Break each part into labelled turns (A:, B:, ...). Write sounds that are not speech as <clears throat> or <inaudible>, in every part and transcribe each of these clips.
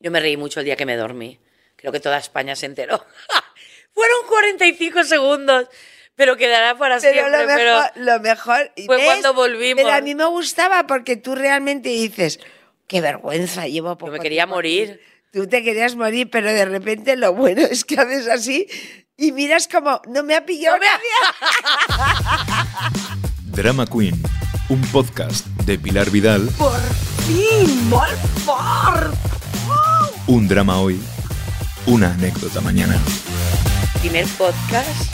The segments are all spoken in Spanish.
A: Yo me reí mucho el día que me dormí. Creo que toda España se enteró. <laughs> Fueron 45 segundos, pero quedará para
B: Pero
A: siempre.
B: lo mejor,
A: pero
B: lo mejor
A: fue
B: Inés,
A: cuando volvimos.
B: Pero a mí me gustaba porque tú realmente dices, qué vergüenza, llevo poco
A: me quería
B: tiempo
A: morir.
B: aquí". Tú te querías morir, pero de repente lo bueno es que haces así y miras como, no me ha pillado nadie".
C: Drama Queen, un podcast de Pilar Vidal.
B: ¡Por fin! ¡Molfor!
C: Un drama hoy, una anécdota mañana.
A: primer podcast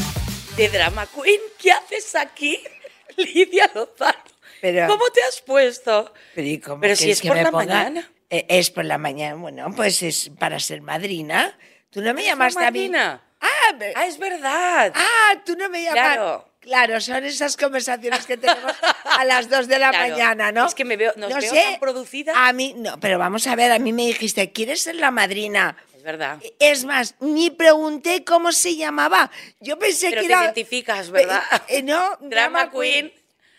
A: de Drama Queen. ¿Qué haces aquí, <laughs> Lidia Lozano?
B: Pero-
A: ¿Cómo te has puesto?
B: Pero, ¿y cómo
A: Pero si
B: quieres
A: es
B: que
A: por
B: me
A: la
B: ponga?
A: mañana.
B: Eh, es por la mañana. Bueno, pues es para ser madrina. Tú no me llamaste a mí.
A: Martina.
B: Ah, me-
A: Ah, es verdad.
B: ah, tú no me llamas.
A: Claro.
B: Claro, son esas conversaciones que tenemos a las 2 de la
A: Claro.
B: mañana, ¿no?
A: Es que me veo- nos veo tan producida.
B: A mí, no, pero vamos a ver, a mí me dijiste, ¿quieres ser la madrina?
A: Es verdad.
B: Es más, ni pregunté cómo se llamaba. Yo pensé
A: Pero
B: que
A: te
B: era.
A: identificas, ¿verdad?
B: Eh, eh, no,
A: <laughs> Drama Queen.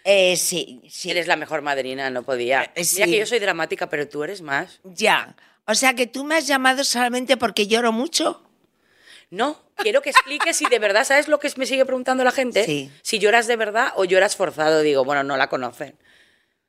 B: Eh, sí, sí.
A: Eres la mejor madrina, no podía.
B: Eh,
A: Mira
B: sí.
A: que yo soy dramática, pero tú eres más.
B: Ya. O sea que tú me has llamado solamente porque lloro mucho.
A: No, quiero que expliques si de verdad, ¿sabes lo que me sigue preguntando la gente?
B: Sí.
A: Si lloras de verdad o lloras forzado, digo, bueno, no la conocen. O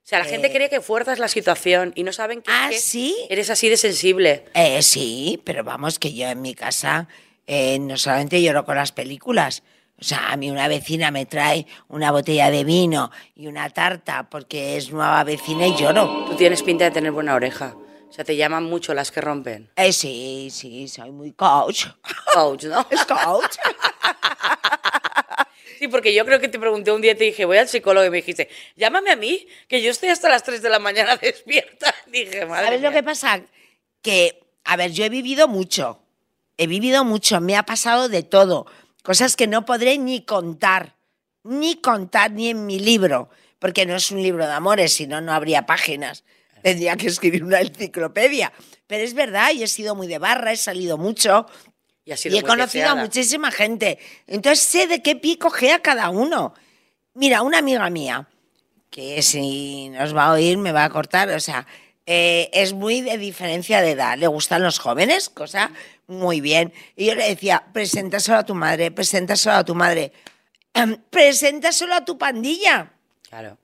A: sea, la gente cree que fuerzas la situación y no saben que, es
B: Eh. ¿Ah,
A: que
B: sí?
A: eres así de sensible.
B: Eh, sí, pero vamos, que yo en mi casa eh, no solamente lloro con las películas. O sea, a mí una vecina me trae una botella de vino y una tarta porque es nueva vecina y lloro.
A: Tú tienes pinta de tener buena oreja. O sea, te llaman mucho las que rompen.
B: Eh, sí, sí, soy muy coach. <laughs>
A: Ouch, ¿no?
B: Es coach.
A: Sí, porque yo creo que te pregunté un día y te dije, voy al psicólogo y me dijiste, llámame a mí, que yo estoy hasta las 3 de la mañana <laughs> despierta. Dije, madre.
B: ¿Sabes lo
A: mía.
B: que pasa? Que, a ver, yo he vivido mucho. He vivido mucho, me ha pasado de todo. Cosas que no podré ni contar, ni contar ni en mi libro, porque no es un libro de amores, si no, no habría páginas. Tendría que escribir una enciclopedia. Pero es verdad, yo he sido muy de barra, he salido mucho
A: Y, has sido
B: y he
A: muy
B: conocido a
A: deseada.
B: muchísima gente. Entonces sé de qué pie cogea cada uno. Mira, una amiga mía, que si nos va a oír me va a cortar, o sea, eh, es muy de diferencia de edad, le gustan los jóvenes, cosa muy bien. Y yo le decía, preséntaselo a tu madre, preséntaselo a tu madre, <clears throat> preséntaselo a tu pandilla
A: Claro.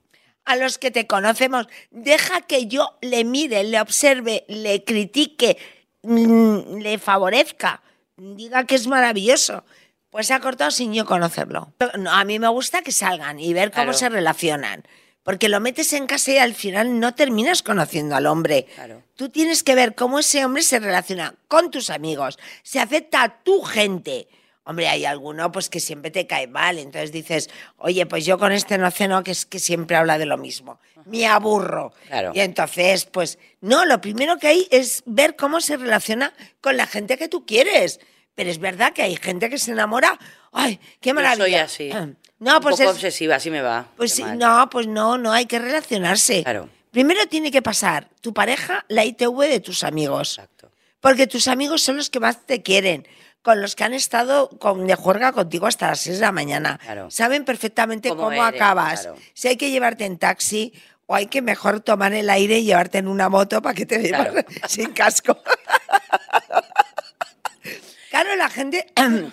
B: a los que te conocemos, deja que yo le mire, le observe, le critique, mm, le favorezca, diga que es maravilloso. Pues se ha cortado sin yo conocerlo. No, a mí me gusta que salgan y ver cómo
A: Claro.
B: se relacionan. Porque lo metes en casa y al final no terminas conociendo al hombre.
A: Claro.
B: Tú tienes que ver cómo ese hombre se relaciona con tus amigos, se acepta a tu gente. Hombre, hay alguno pues que siempre te cae mal, entonces dices, oye, pues yo con este no ceno, que es que siempre habla de lo mismo, me aburro.
A: Claro.
B: Y entonces, pues, no, lo primero que hay es ver cómo se relaciona con la gente que tú quieres. Pero es verdad que hay gente que se enamora, ay, qué
A: Yo
B: maravilla.
A: soy así.
B: <clears throat> No,
A: un
B: pues
A: poco
B: es,
A: obsesiva, así me va.
B: pues
A: Qué
B: sí,
A: mal.
B: no, pues no, no hay que relacionarse.
A: Claro.
B: Primero tiene que pasar tu pareja la ITV de tus amigos,
A: Exacto.
B: porque tus amigos son los que más te quieren, con los que han estado con, de juerga contigo hasta las 6 de la mañana.
A: Claro.
B: Saben perfectamente cómo,
A: Cómo eres,
B: acabas,
A: claro.
B: si hay que llevarte en taxi o hay que mejor tomar el aire y llevarte en una moto para que te
A: Claro.
B: lleven <laughs> sin casco. Claro, la gente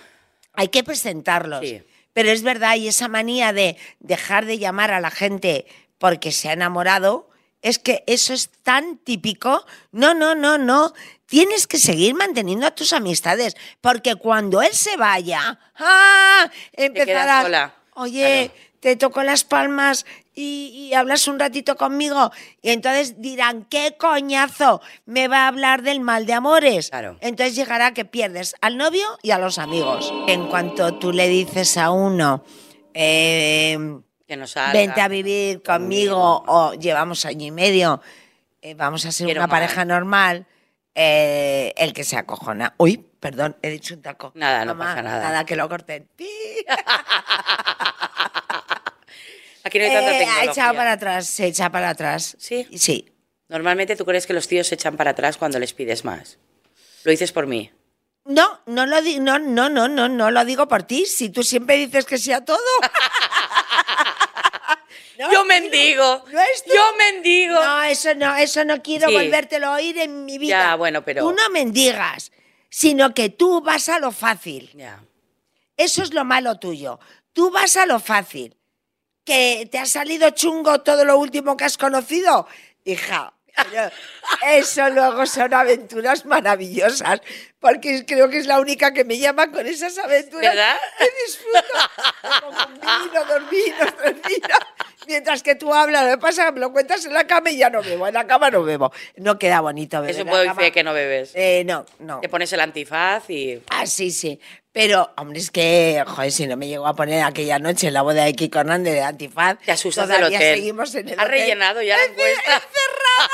A: <coughs>
B: hay que presentarlos.
A: Sí.
B: Pero es verdad, y esa manía de dejar de llamar a la gente porque se ha enamorado, es que eso es tan típico. No, no, no, no. Tienes que seguir manteniendo a tus amistades, porque cuando él se vaya, ¡ah! empezarás.
A: sola.
B: Oye,
A: Claro.
B: te tocó las palmas y, y hablas un ratito conmigo. Y entonces dirán, ¿qué coñazo? Me va a hablar del mal de amores.
A: Claro.
B: Entonces llegará que pierdes al novio y a los amigos. En cuanto tú le dices a uno, eh,
A: Que nos salga.
B: vente a vivir conmigo o llevamos año y medio, eh, vamos a ser
A: Quiero
B: una
A: más.
B: pareja normal, eh, el que se acojona. Uy, perdón, he dicho un taco.
A: Nada, no pasa nada.
B: Nada, que lo corten. Pi.
A: Aquí no hay tanta
B: Eh, ha
A: tecnología.
B: echado para atrás, se echa para atrás.
A: Sí.
B: Sí.
A: Normalmente tú crees que los tíos se echan para atrás cuando les pides más. Lo dices por mí.
B: No, no lo di- no, no, no,
A: <laughs>
B: no, no lo digo por ti. Si tú siempre dices que sí a todo. No,
A: yo mendigo.
B: no estoy-
A: Yo mendigo.
B: No, eso no, eso no quiero
A: Sí.
B: volvértelo a oír en mi vida.
A: Ya, bueno, pero-
B: Tú no mendigas, sino que tú vas a lo fácil.
A: Ya.
B: Eso es lo malo tuyo. Tú vas a lo fácil. ¿Que te ha salido chungo todo lo último que has conocido? Hija, pero eso luego son aventuras maravillosas, porque es- creo que es la única que me llama con esas aventuras.
A: ¿Verdad?
B: Que disfruto como un vino, dos vinos, tres vinos. Mientras que tú hablas, lo que pasa, me lo cuentas en la cama y ya no bebo. En la cama no bebo. No queda bonito beber
A: Eso
B: en la
A: puedo
B: cama.
A: decir que no bebes.
B: Eh, no, no.
A: Te pones el antifaz y.
B: Ah, sí, sí. Pero, hombre, es que, joder, si no me llegó a poner aquella noche en la boda de Kiko Hernández de Antifaz.
A: Te asustas del
B: todavía
A: hotel.
B: seguimos en el
A: Ha
B: hotel.
A: rellenado ya la
B: Enci-
A: encuesta.
B: Encerrada.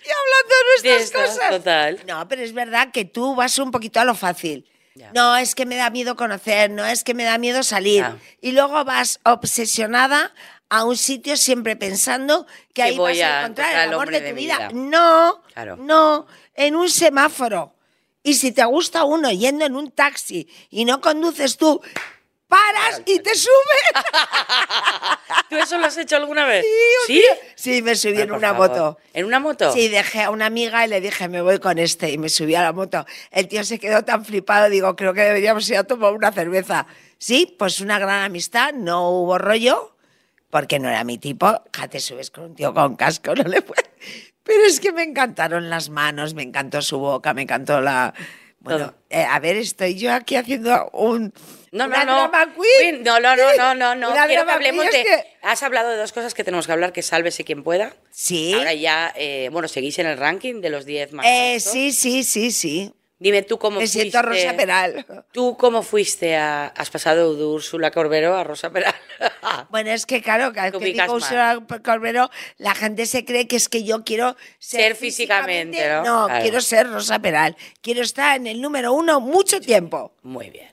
B: y hablando
A: <laughs>
B: de
A: De
B: nuestras
A: esto,
B: cosas.
A: total.
B: No, pero es verdad que tú vas un poquito a lo fácil.
A: Ya.
B: No, es que me da miedo conocer, no es que me da miedo salir.
A: Ya.
B: Y luego vas obsesionada a un sitio siempre pensando que ahí
A: voy
B: vas a
A: a encontrar
B: encontrar el
A: al
B: amor
A: hombre
B: de tu
A: de mi
B: vida.
A: vida.
B: No,
A: Claro.
B: no, en un semáforo. Y si te gusta uno yendo en un taxi y no conduces tú, paras y te
A: Ah,
B: subes.
A: ¿Tú eso lo has hecho alguna vez? Sí.
B: Sí, me subí
A: Ay,
B: en
A: ah, por
B: una
A: favor.
B: moto.
A: ¿En una moto?
B: Sí, dejé a una amiga y le dije, me voy con este, y me subí a la moto. El tío se quedó tan flipado, digo, creo que deberíamos ir a tomar una cerveza. Sí, pues una gran amistad, no hubo rollo, porque no era mi tipo. Ja, te subes con un tío con casco, no le puede. Pero es que me encantaron las manos, me encantó su boca, me encantó la... Bueno,
A: Todo.
B: eh, a ver, estoy yo aquí haciendo un...
A: No, no,
B: una
A: no.
B: drama
A: Queen,
B: queen.
A: No, no, no, no, no, no.
B: Una
A: Quiero que
B: drama
A: hablemos de.
B: queen, es que-
A: Has hablado de dos cosas que tenemos que hablar, que sálvese quien pueda.
B: Sí,
A: Ahora ya, eh, bueno, seguís en el ranking de los 10 más.
B: eh,
A: altos.
B: sí, sí, sí, sí.
A: Dime tú cómo
B: Me
A: fuiste.
B: siento Rosa Peral.
A: ¿Tú cómo fuiste a. Has pasado de Úrsula Corbero a Rosa Peral?
B: <laughs> Bueno, es que claro, cada
A: Te
B: vez que
A: ubicas
B: digo
A: más.
B: Úrsula Corbero, la gente se cree que es que yo quiero ser,
A: Ser físicamente, ¿no?
B: No,
A: Claro.
B: quiero ser Rosa Peral. Quiero estar en el número uno mucho tiempo.
A: Muy bien.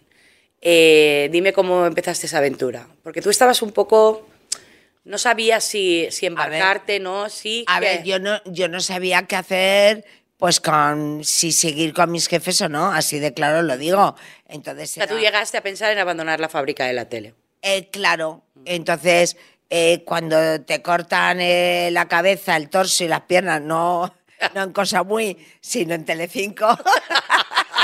A: Eh, dime cómo empezaste esa aventura. Porque tú estabas un poco. No sabías si, si embarcarte, ¿no? Sí.
B: A
A: ¿qué?
B: ver, yo no, yo no sabía qué hacer, pues con si seguir con mis jefes o no, así de claro lo digo. Entonces,
A: O sea, tú
B: era-
A: llegaste a pensar en abandonar la fábrica de la tele.
B: Eh, claro, entonces eh, cuando te cortan eh, la cabeza, el torso y las piernas, no, no en Cosa Muy, sino en Telecinco.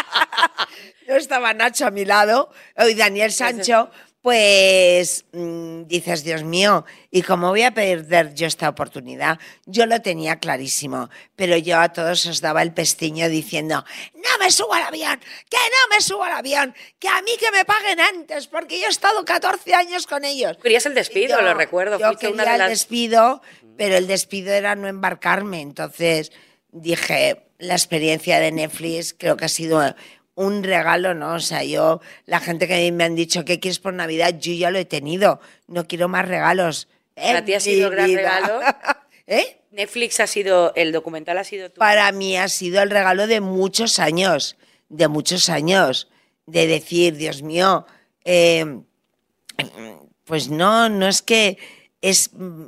B: <laughs> no estaba Nacho a mi lado, hoy Daniel Sancho, pues mm, dices, Dios mío, ¿y cómo voy a perder yo esta oportunidad? Yo lo tenía clarísimo, pero yo a todos os daba el pestiño diciendo, no me subo al avión, que no me subo al avión, que a mí que me paguen antes, porque yo he estado 14 años con ellos.
A: Querías el despido,
B: Yo-
A: lo recuerdo.
B: Yo
A: Fuiste
B: quería
A: una de
B: el
A: las-
B: despido, pero el despido era no embarcarme. Entonces dije, la experiencia de Netflix creo que ha sido un regalo, ¿no? O sea, yo, la gente que me han dicho, ¿qué quieres por Navidad? Yo ya lo he tenido. No quiero más regalos.
A: Para
B: en
A: ti ha
B: mi
A: sido gran
B: vida.
A: regalo.
B: <laughs> ¿Eh?
A: Netflix ha sido, el documental ha sido tu...
B: Para mí ha sido el regalo de muchos años, de muchos años, de decir, Dios mío, eh, pues no, no es que es mm,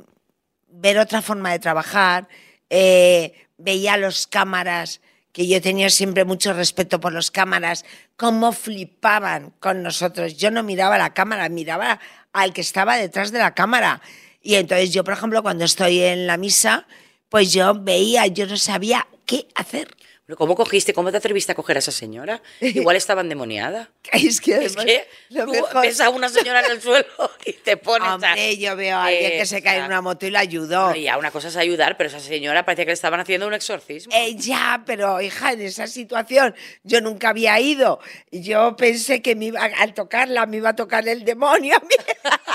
B: ver otra forma de trabajar, eh, veía los cámaras, que yo tenía siempre mucho respeto por los cámaras, cómo flipaban con nosotros. Yo no miraba la cámara, miraba al que estaba detrás de la cámara. Y entonces yo, por ejemplo, cuando estoy en la misa, pues yo veía, yo no sabía qué hacer. <laughs>
A: Pero ¿Cómo cogiste, cómo te atreviste a coger a esa señora? Igual estaba endemoniada.
B: Es que,
A: Es
B: además,
A: que
B: lo
A: tú
B: mejor-
A: ves a una señora en el suelo <laughs> y te pones a- Eh,
B: Hombre, yo veo a alguien que se cae en una moto y la ayudó.
A: Bueno, ya, una cosa es ayudar, pero esa señora parecía que le estaban haciendo un exorcismo.
B: Eh, ya, pero hija, en esa situación yo nunca había ido. Yo pensé que me iba, al tocarla me iba a tocar el demonio. a mí.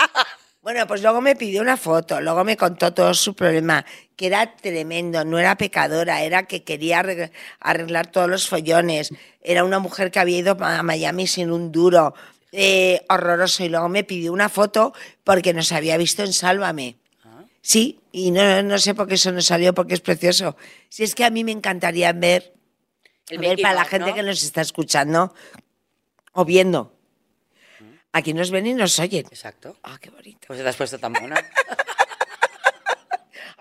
B: <laughs> bueno, pues luego me pidió una foto, luego me contó todo su problema, que era tremendo, no era pecadora, era que quería arreg- arreglar todos los follones, era una mujer que había ido a Miami sin un duro, eh, horroroso, y luego me pidió una foto porque nos había visto en Sálvame. Sí, y no, no sé por qué eso no salió, porque es precioso. Si es que a mí me encantaría ver,
A: El
B: a ver,
A: making
B: para la
A: of,
B: gente
A: ¿no?
B: que nos está escuchando o viendo. Aquí nos ven y nos oyen.
A: Exacto.
B: <laughs> Ah, qué bonito.
A: Pues te has puesto tan mona.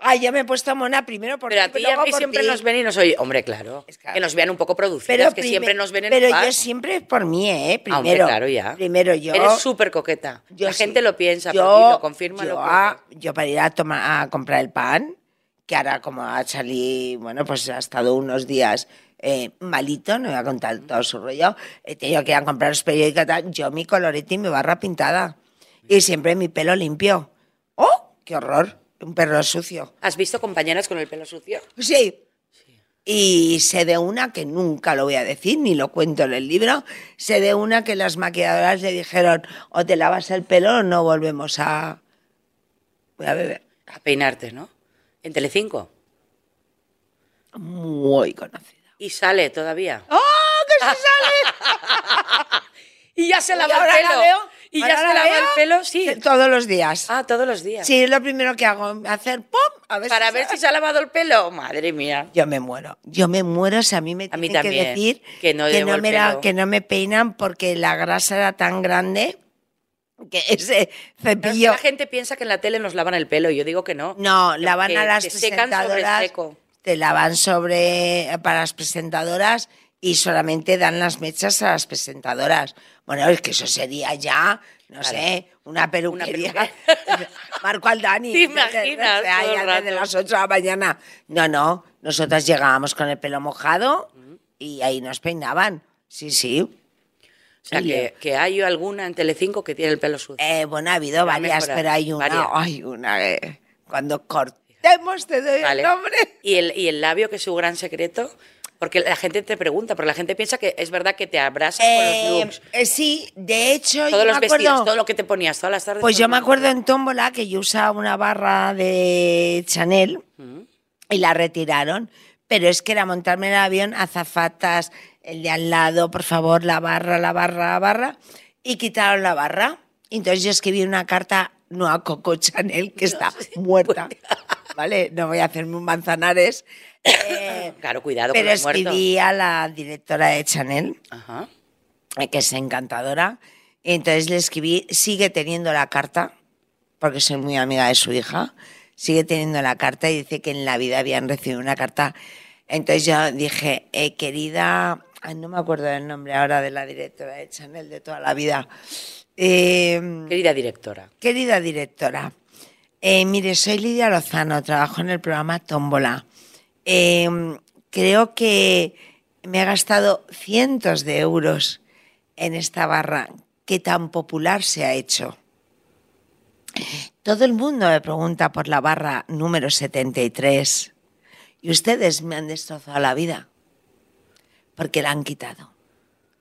B: Ay, ya me he puesto mona primero porque
A: Pero a ti y a mí siempre nos ven y nos oyen. Hombre, claro,
B: Es claro.
A: Que nos vean un poco producidas, que siempre nos ven en
B: Pero
A: paz.
B: yo siempre por mí, ¿eh?
A: Ah,
B: Primero.
A: hombre, claro, ya.
B: Primero yo.
A: Eres súper coqueta.
B: yo
A: La
B: sí.
A: gente lo piensa,
B: Yo-
A: Paquito, confírmalo.
B: Yo,
A: por
B: a-
A: favor.
B: yo para ir a, tomar, a comprar el pan, que ahora como ha salido, bueno, pues ha estado unos días eh, malito, no voy a contar todo su rollo, he tenido que ir a comprar los periódicos, y tal, yo mi colorete y mi barra pintada. Y siempre mi pelo limpio. ¡Oh, qué horror! Un perro sucio.
A: ¿Has visto compañeras con el pelo sucio?
B: Pues Sí. Y sé de una que nunca lo voy a decir, ni lo cuento en el libro, sé de una que las maquilladoras le dijeron, o te lavas el pelo o no volvemos a... Voy a beber.
A: A peinarte, ¿no? En Telecinco.
B: Muy conocida.
A: Y sale todavía.
B: ¡Oh, que se sale!
A: <laughs> Y ya se lava
B: ahora
A: el
B: la
A: pelo.
B: veo,
A: y ya
B: ahora
A: se
B: la
A: lava
B: veo.
A: el pelo, sí.
B: Eh, Todos los días.
A: Ah, todos los días.
B: Sí, es lo primero que hago, hacer pop, a ver
A: Para
B: si
A: ver
B: sale.
A: si se ha lavado el pelo. Madre mía.
B: Yo me muero. Yo me muero si a mí me
A: A mí
B: tienen
A: también,
B: que decir
A: que no llevo el
B: me la-
A: pelo.
B: que no me peinan porque la grasa era tan grande que ese
A: Pero es que
B: cepillo.
A: La gente piensa que en la tele nos lavan el pelo. y Yo digo que no.
B: No, la van
A: que
B: a las
A: te secan sobre
B: presentadoras.
A: seco.
B: Te la van sobre para las presentadoras y solamente dan las mechas a las presentadoras. Bueno, es que eso sería ya, no
A: Claro.
B: sé, una peluquería.
A: peluquería.
B: <laughs> Marco Aldani.
A: <laughs> ¿Te imaginas?
B: O sea,
A: Todo el
B: ya desde
A: rato.
B: las 8 de la mañana. No, no, nosotras llegábamos con el pelo mojado y ahí nos peinaban. Sí, sí.
A: O sea, que, que hay alguna en Telecinco que tiene el pelo sucio.
B: Eh, bueno, ha habido
A: Pero ha
B: varias,
A: mejorado,
B: pero hay una,
A: varias.
B: hay una que cuando cortemos te doy
A: Vale.
B: el nombre.
A: Y el, y el labio, que es su gran secreto. Porque la gente te pregunta, porque la gente piensa que es verdad que te abrazas con
B: Eh,
A: los looks.
B: eh, sí, de hecho,
A: Todos
B: yo
A: los
B: me
A: vestidos,
B: acuerdo,
A: todo lo que te ponías todas las tardes.
B: pues
A: todo
B: yo
A: el
B: me
A: mundo.
B: acuerdo en Tómbola que yo usaba una barra de Chanel y la retiraron, pero es que era montarme en el avión, azafatas, el de al lado, por favor, la barra, la barra, la barra, y quitaron la barra. Entonces yo escribí una carta no a Coco Chanel, que está
A: <laughs>
B: muerta,
A: pues.
B: ¿vale? No voy a hacerme
A: <laughs>
B: un manzanares. eh,
A: Claro, cuidado
B: pero
A: con los muertos.
B: escribí a la directora de Chanel
A: Ajá.
B: eh, que es encantadora. Y entonces le escribí, sigue teniendo la carta, porque soy muy amiga de su hija, sigue teniendo la carta y dice que en la vida habían recibido una carta. Entonces yo dije, eh, querida, ay, no me acuerdo del nombre ahora de la directora de Chanel de toda la vida. Eh,
A: Querida directora.
B: Querida directora, eh, mire, soy Lidia Lozano, trabajo en el programa Tómbola. Eh, creo que me he gastado cientos de euros en esta barra que tan popular se ha hecho. Todo el mundo me pregunta por la barra número 73 y ustedes me han destrozado la vida porque la han quitado,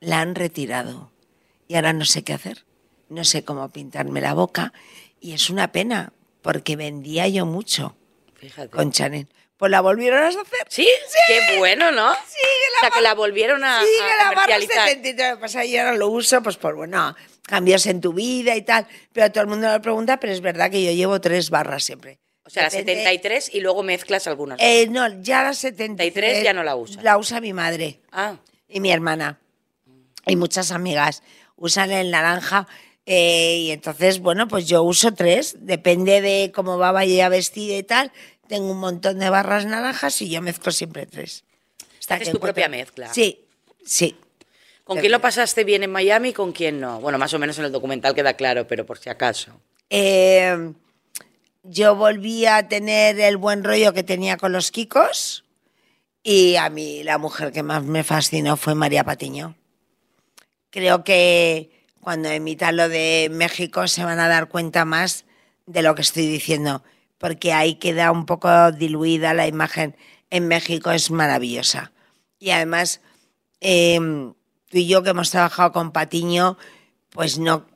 B: la han retirado y ahora no sé qué hacer, no sé cómo pintarme la boca y es una pena porque vendía yo mucho
A: Fíjate.
B: con Chanel. Pues la volvieron a hacer.
A: ¿Sí? Qué bueno, ¿no?
B: Sí, que la
A: o sea, que la volvieron a,
B: Sí,
A: a
B: que la barra
A: comercializar.
B: 73, pues ahí ahora lo uso, pues por bueno, cambios en tu vida y tal. Pero todo el mundo me pregunta, pero es verdad que yo llevo tres barras siempre.
A: O sea, la
B: Depende-
A: 73 y luego mezclas algunas.
B: Eh, no, ya la 73
A: 73 ya no la usa.
B: La usa mi madre
A: Ah,
B: y mi hermana y muchas amigas usan el naranja eh, y entonces bueno pues yo uso tres depende de cómo va vaya vestida y tal tengo un montón de barras naranjas y yo mezclo siempre tres Hasta
A: Haces
B: que
A: tu
B: encuentro-
A: propia mezcla.
B: sí sí
A: ¿con quién lo pasaste bien en Miami y con quién no? Bueno, más o menos en el documental queda claro, pero por si acaso.
B: Eh, yo volví a tener el buen rollo que tenía con los Kikos y a mí la mujer que más me fascinó fue María Patiño. Creo que cuando emita lo de México se van a dar cuenta más de lo que estoy diciendo, porque ahí queda un poco diluida la imagen. En México es maravillosa. Y además, eh, tú y yo que hemos trabajado con Patiño, pues no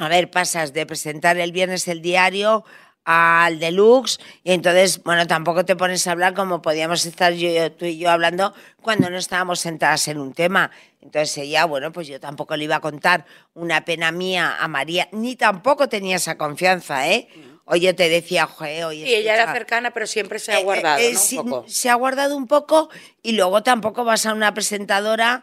B: a ver, pasas de presentar el viernes el diario al deluxe y entonces, bueno, tampoco te pones a hablar como podíamos estar yo, yo- tú y yo hablando cuando no estábamos sentadas en un tema. Entonces ella, bueno, pues yo tampoco le iba a contar una pena mía a María, ni tampoco tenía esa confianza, ¿eh? O yo te decía, joe, oye...
A: Sí, Mm. ella era
B: escucha,
A: cercana, pero siempre se ha
B: eh,
A: guardado,
B: eh,
A: ¿no?
B: sí,
A: Un poco.
B: Se ha guardado un poco y luego tampoco vas a una presentadora,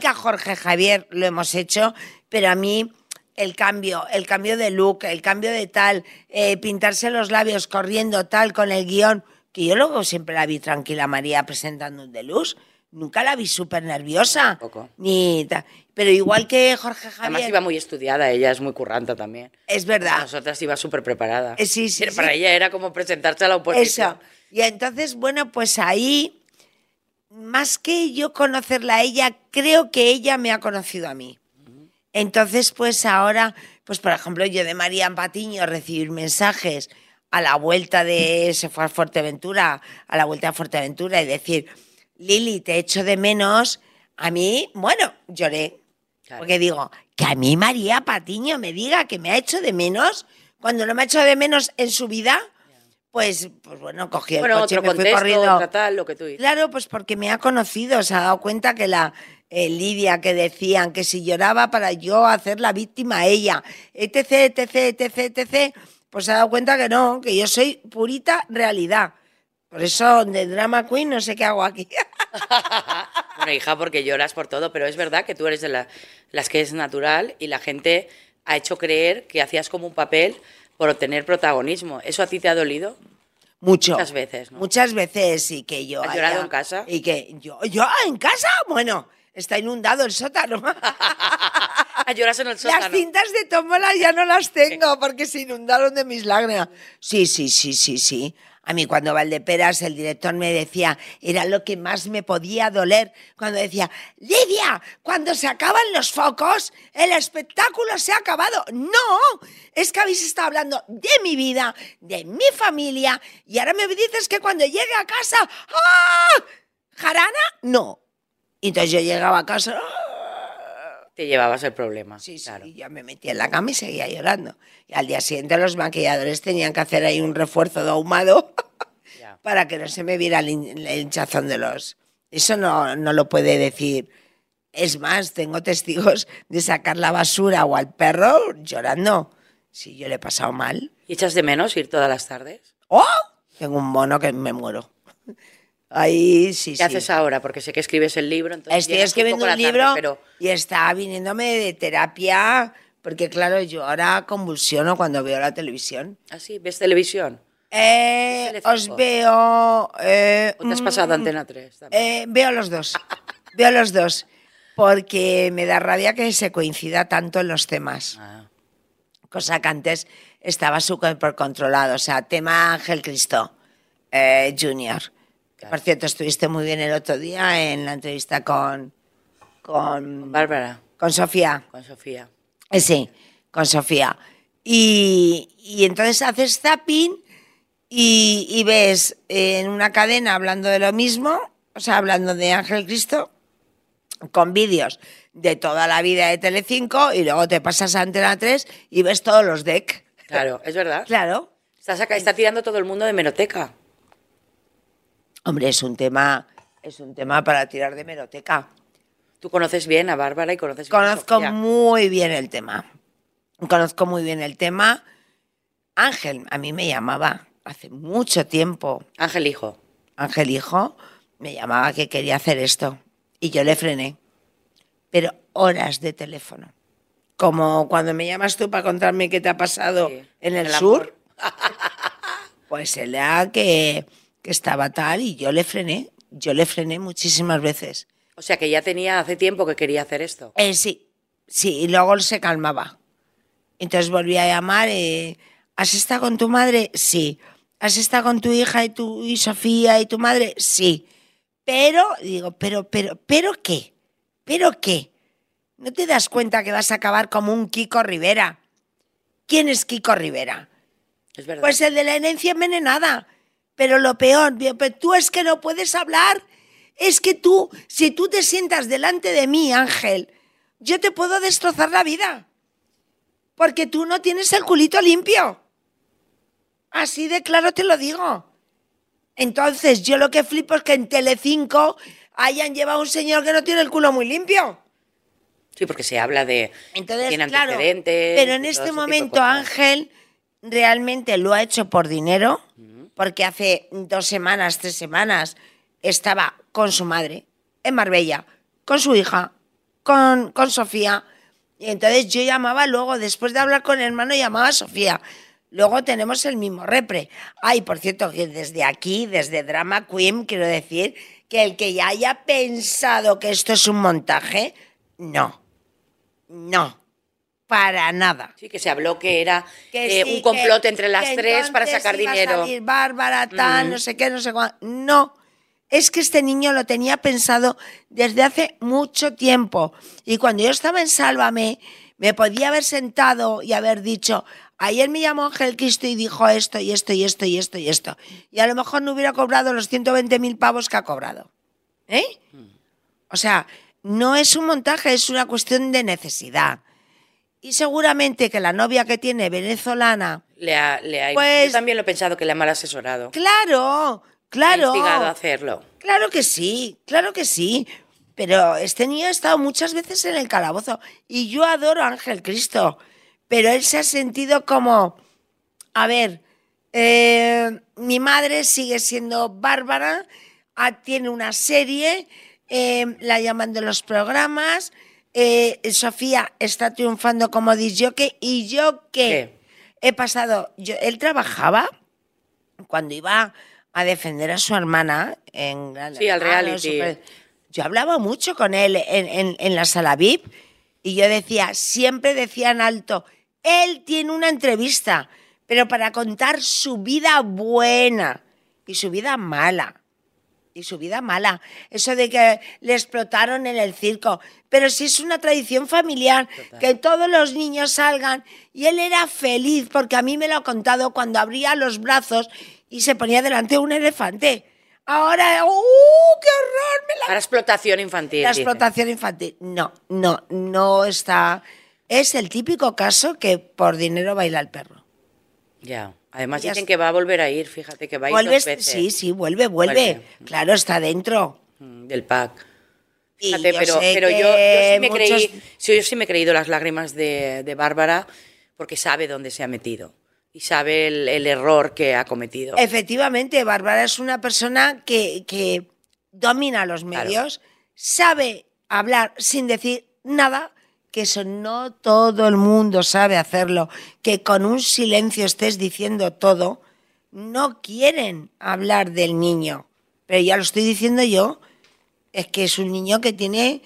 A: Claro.
B: que a Jorge Javier lo hemos hecho, pero a mí el cambio, el cambio de look, el cambio de tal, eh, pintarse los labios corriendo tal con el guión, que yo luego siempre la vi tranquila María presentando un deluxe. Nunca la vi súper nerviosa.
A: Tampoco.
B: Ni ta- Pero igual que Jorge
A: Además
B: Javier.
A: iba muy estudiada, ella es muy curranta también.
B: Es verdad.
A: Nosotras iba súper preparada.
B: Eh, sí, sí,
A: Era-
B: sí.
A: Para ella era como presentarse a la oposición.
B: Eso. Y entonces, bueno, pues ahí, más que yo conocerla a ella, creo que ella me ha conocido a mí. Entonces, pues ahora, pues por ejemplo, yo de María Patiño recibir mensajes a la vuelta de, se fue a Fuerteventura, a la vuelta a Fuerteventura y decir, Lili, te echo de menos, a mí, bueno, lloré.
A: Claro.
B: Porque digo, que a mí María Patiño me diga que me ha hecho de menos, cuando no me ha hecho de menos en su vida, pues, pues bueno, cogí el
A: Bueno,
B: coche,
A: otro
B: me fui
A: contexto,
B: corriendo.
A: otra tal, lo que tú dices.
B: Claro, pues porque me ha conocido, se ha dado cuenta que la eh, Lidia que decían que si lloraba para yo hacer la víctima a ella, etc, etc, etc, etc, pues se ha dado cuenta que no, que yo soy purita realidad. Por eso de Drama Queen no sé qué hago aquí. <laughs>
A: Bueno, hija, porque lloras por todo, pero es verdad que tú eres de la- las que es natural y la gente ha hecho creer que hacías como un papel por obtener protagonismo. ¿Eso a ti te ha dolido?
B: Mucho.
A: Muchas veces, ¿no?
B: Muchas veces y que yo...
A: ¿Has
B: haya-
A: llorado en casa?
B: Y que yo... ¿Yo en casa? Bueno, está inundado el sótano. <laughs>
A: Ah, lloras en el
B: Las
A: sótano.
B: cintas de tómbola ya no las tengo porque se inundaron de mis lágrimas. Sí, sí, sí, sí, sí. A mí cuando Valdeperas el director me decía, era lo que más me podía doler, cuando decía, Lidia, cuando se acaban los focos, el espectáculo se ha acabado. No, es que habéis estado hablando de mi vida, de mi familia, y ahora me dices que cuando llegue a casa, ¡ah! ¿Jarana? No. Y entonces yo llegaba a casa, ¡ah!
A: Te llevabas el problema.
B: Sí, sí,
A: claro.
B: y ya me metí en la cama y seguía llorando. Y al día siguiente los maquilladores tenían que hacer ahí un refuerzo de ahumado <laughs>
A: Ya.
B: para que no se me viera el, hin- el hinchazón de los... Eso no, no lo puede decir. Es más, tengo testigos de sacar la basura o al perro llorando. Si yo le he pasado mal.
A: ¿Y echas de menos ir todas las tardes?
B: ¡Oh! Tengo un mono que me muero. <laughs> Ahí sí,
A: ¿Qué
B: sí.
A: haces ahora? Porque sé que escribes el libro, entonces
B: Estoy
A: llegas un
B: escribiendo
A: poco
B: un
A: la tarde,
B: libro
A: pero
B: y está viniéndome de terapia, porque claro, yo ahora convulsiono cuando veo la televisión.
A: así, ¿ah, ¿ves televisión?
B: Eh,
A: Telecinco.
B: os veo... eh,
A: ¿O te has
B: mm,
A: pasado a Antena 3? también?
B: eh, veo
A: <laughs>
B: los dos, veo los dos, porque me da rabia que se coincida tanto en los temas,
A: Ah,
B: cosa que antes estaba súper controlado, o sea, tema Ángel Cristo eh, Junior.
A: Claro.
B: Por cierto, estuviste muy bien el otro día en la entrevista con... Con,
A: Bárbara,
B: con Sofía.
A: con Sofía.
B: Eh, Sí, con Sofía. Y, y entonces haces zapping y, y ves en una cadena hablando de lo mismo, o sea, hablando de Ángel Cristo, con vídeos de toda la vida de Telecinco y luego te pasas a Antena 3 y ves todos los deck.
A: Claro, es verdad.
B: Claro.
A: Está, saca- está tirando todo el mundo de meroteca.
B: Hombre, es un tema, es un tema para tirar de meroteca.
A: Tú conoces bien a Bárbara y conoces bien a
B: Conozco
A: Sofía.
B: muy bien el tema. Conozco muy bien el tema. Ángel, a mí me llamaba hace mucho tiempo.
A: Ángel Hijo.
B: Ángel Hijo me llamaba que quería hacer esto. Y yo le frené. Pero horas de teléfono. Como cuando me llamas tú para contarme qué te ha pasado
A: Sí,
B: en el,
A: el
B: sur. Pues él era que, que estaba tal y yo le frené. Yo le frené muchísimas veces.
A: O sea que ya tenía hace tiempo que quería hacer esto.
B: Eh, sí, sí, y luego se calmaba. Entonces volví a llamar, eh, ¿has estado con tu madre? Sí. ¿Has estado con tu hija y tu y Sofía y tu madre? Sí. Pero, digo, pero, pero, pero qué, pero qué. ¿No te das cuenta que vas a acabar como un Kiko Rivera? ¿Quién es Kiko Rivera?
A: Es verdad.
B: Pues el de la herencia envenenada. Pero lo peor, digo, "Pero tú es que no puedes hablar. Es que tú, si tú te sientas delante de mí, Ángel, yo te puedo destrozar la vida. Porque tú no tienes el culito limpio. Así de claro te lo digo. Entonces, yo lo que flipo es que en Telecinco hayan llevado a un señor que no tiene el culo muy limpio.
A: sí, porque se habla de
B: Entonces,
A: tiene
B: claro,
A: antecedentes,
B: pero en
A: de todo ese
B: este
A: tipo de
B: momento
A: cosas.
B: Ángel realmente lo ha hecho por dinero, porque hace dos semanas, tres semanas, estaba con su madre en Marbella, con su hija, con, con Sofía, Y entonces yo llamaba luego, después de hablar con el hermano, llamaba a Sofía. Luego tenemos el mismo repre. Ay, por cierto, que desde aquí, desde Drama Queen, quiero decir que el que ya haya pensado que esto es un montaje, no. No. Para nada.
A: Sí, que se habló que era
B: Que
A: eh,
B: sí,
A: un complot
B: que-
A: entre las
B: que
A: tres para
B: entonces
A: sacar
B: iba a
A: dinero.
B: salir Bárbara, tal,
A: Mm.
B: no sé qué, no sé cuánto. No. Es que este niño lo tenía pensado desde hace mucho tiempo. Y cuando yo estaba en Sálvame, me podía haber sentado y haber dicho, ayer me llamó Ángel Cristo y dijo esto y esto y esto y esto y esto. Y a lo mejor no hubiera cobrado los 120 mil pavos que ha cobrado. ¿Eh?
A: Mm.
B: O sea, no es un montaje, es una cuestión de necesidad. Y seguramente que la novia que tiene venezolana,
A: Le ha- le ha-
B: Pues-
A: yo también lo he pensado que le ha mal asesorado.
B: claro, claro.
A: Le ha instigado a hacerlo.
B: Claro que sí, claro que sí. Pero este niño ha estado muchas veces en el calabozo. Y yo adoro a Ángel Cristo. Pero él se ha sentido como, a ver, eh, mi madre sigue siendo bárbara, ah, tiene una serie, eh, la llaman de los programas, eh, Sofía está triunfando como disjockey y yo que
A: ¿Qué?
B: he pasado, yo, él trabajaba cuando iba a defender a su hermana en Gran
A: Sí, al
B: Hermano,
A: reality.
B: Super- Yo hablaba mucho con él en, en- en la sala VIP y yo decía, siempre decía en alto, él tiene una entrevista, pero para contar su vida buena y su vida mala. Y su vida mala. Eso de que le explotaron en el circo. Pero si es una tradición familiar,
A: Total.
B: que todos los niños salgan. Y él era feliz, porque a mí me lo ha contado cuando abría los brazos y se ponía delante un elefante. Ahora, ¡uh! ¡Qué horror! Me la
A: Para explotación infantil.
B: la
A: dice.
B: explotación infantil. No, no, no está. Es el típico caso que por dinero baila el perro.
A: Ya. Además
B: Ya
A: dicen
B: es-
A: que va a volver a ir, fíjate que va a ir
B: Vuelves,
A: dos veces
B: sí, sí, vuelve, vuelve.
A: Vuelve.
B: Claro, está dentro.
A: mm, del pack.
B: Y
A: Fíjate,
B: yo
A: pero,
B: sé
A: pero yo,
B: que
A: yo sí me
B: muchos-
A: creí, sí, yo sí me he creído las lágrimas de, de Bárbara porque sabe dónde se ha metido y sabe el, el error que ha cometido.
B: Eh, Efectivamente, Bárbara es una persona que, que domina los
A: Claro.
B: medios, sabe hablar sin decir nada, que eso no todo el mundo sabe hacerlo, que con un silencio estés diciendo todo, no quieren hablar del niño. Pero ya lo estoy diciendo yo, es que es un niño que tiene,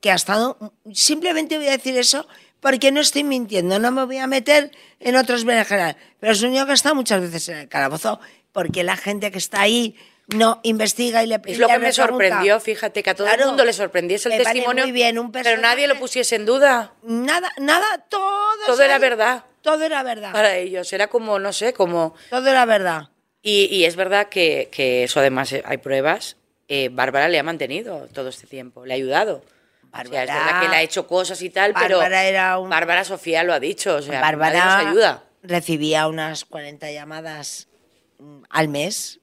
B: que ha estado, simplemente voy a decir eso porque no estoy mintiendo, no me voy a meter en otros berenjenales, pero es un niño que está muchas veces en el calabozo porque la gente que está ahí no investiga y le
A: es lo
B: y
A: que
B: le
A: me
B: pregunta.
A: sorprendió, fíjate, que a todo el
B: Claro.
A: mundo le sorprendiese el
B: Me parece
A: testimonio,
B: muy bien, un
A: pero nadie lo
B: personaje-
A: pusiese en duda.
B: Nada, nada, todo,
A: Todo era verdad
B: Todo era verdad.
A: para ellos, era como, no sé, como...
B: Todo era verdad.
A: Y, y es verdad que, que eso además eh, hay pruebas. eh, Bárbara le ha mantenido todo este tiempo, le ha ayudado. O sea, es
B: Bárbara-
A: verdad que le ha hecho cosas y tal, pero
B: Bárbara era un-
A: Bárbara Sofía lo ha dicho, o sea,
B: Bárbara
A: nadie nos ayuda.
B: recibía unas 40 llamadas mm, al mes,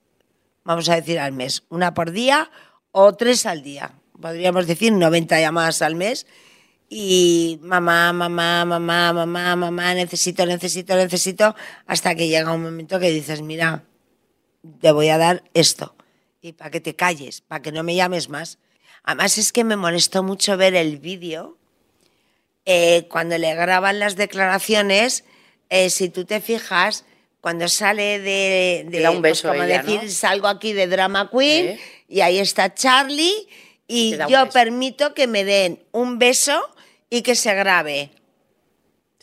B: vamos a decir al mes, una por día o tres al día. Podríamos decir 90 llamadas al mes. Y mamá, mamá, mamá, mamá, mamá, necesito, necesito, necesito, hasta que llega un momento que dices, mira, te voy a dar esto. Y para que te calles, para que no me llames más. Además es que me molestó mucho ver el vídeo eh, cuando le graban las declaraciones, eh, si tú te fijas, cuando sale de, de-
A: Le da un
B: pues
A: beso
B: como
A: ella,
B: decir,
A: ¿no?
B: salgo aquí de Drama Queen
A: Sí.
B: y ahí está Charlie y
A: Le da un
B: yo
A: beso.
B: permito que me den un beso y que se grabe.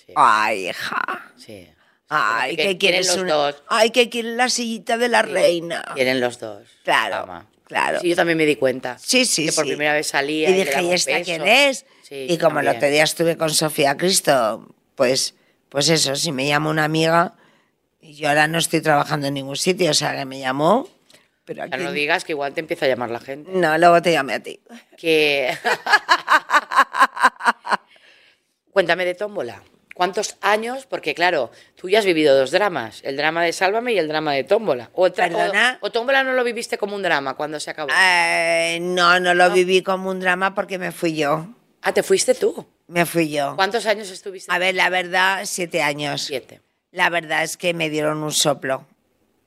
A: Sí,
B: Ay, hija.
A: sí.
B: Ay,
A: Que quieren
B: que quieres
A: los
B: una-
A: dos.
B: Ay, que quieres la sillita de la reina.
A: Tienen los dos.
B: Claro,
A: Fama.
B: claro.
A: Sí, yo también me di cuenta.
B: Sí, sí,
A: que por
B: sí.
A: primera vez salía.
B: Y
A: le
B: dije,
A: daba
B: ¿y
A: un
B: esta
A: beso".
B: quién es?
A: Sí,
B: y
A: yo
B: como el
A: también.
B: otro día estuve con Sofía Cristo, pues, pues eso, si me llama una amiga, y yo ahora no estoy trabajando en ningún sitio, o sea, que me llamó, pero
A: Ya
B: aquí...
A: no digas que igual te empieza a llamar la gente.
B: No, luego te llamé a ti. <laughs>
A: Que. Cuéntame de Tómbola. ¿Cuántos años? Porque, claro, tú ya has vivido dos dramas: el drama de Sálvame y el drama de Tómbola. O, tra-
B: Perdona.
A: o, o Tómbola no lo viviste como un drama cuando se acabó. Ah,
B: Eh, no, no lo viví como un drama porque me fui yo,
A: Ah, te fuiste tú.
B: me fui yo.
A: ¿Cuántos años estuviste?
B: A ver, la verdad, siete años.
A: Siete.
B: La verdad es que me dieron un soplo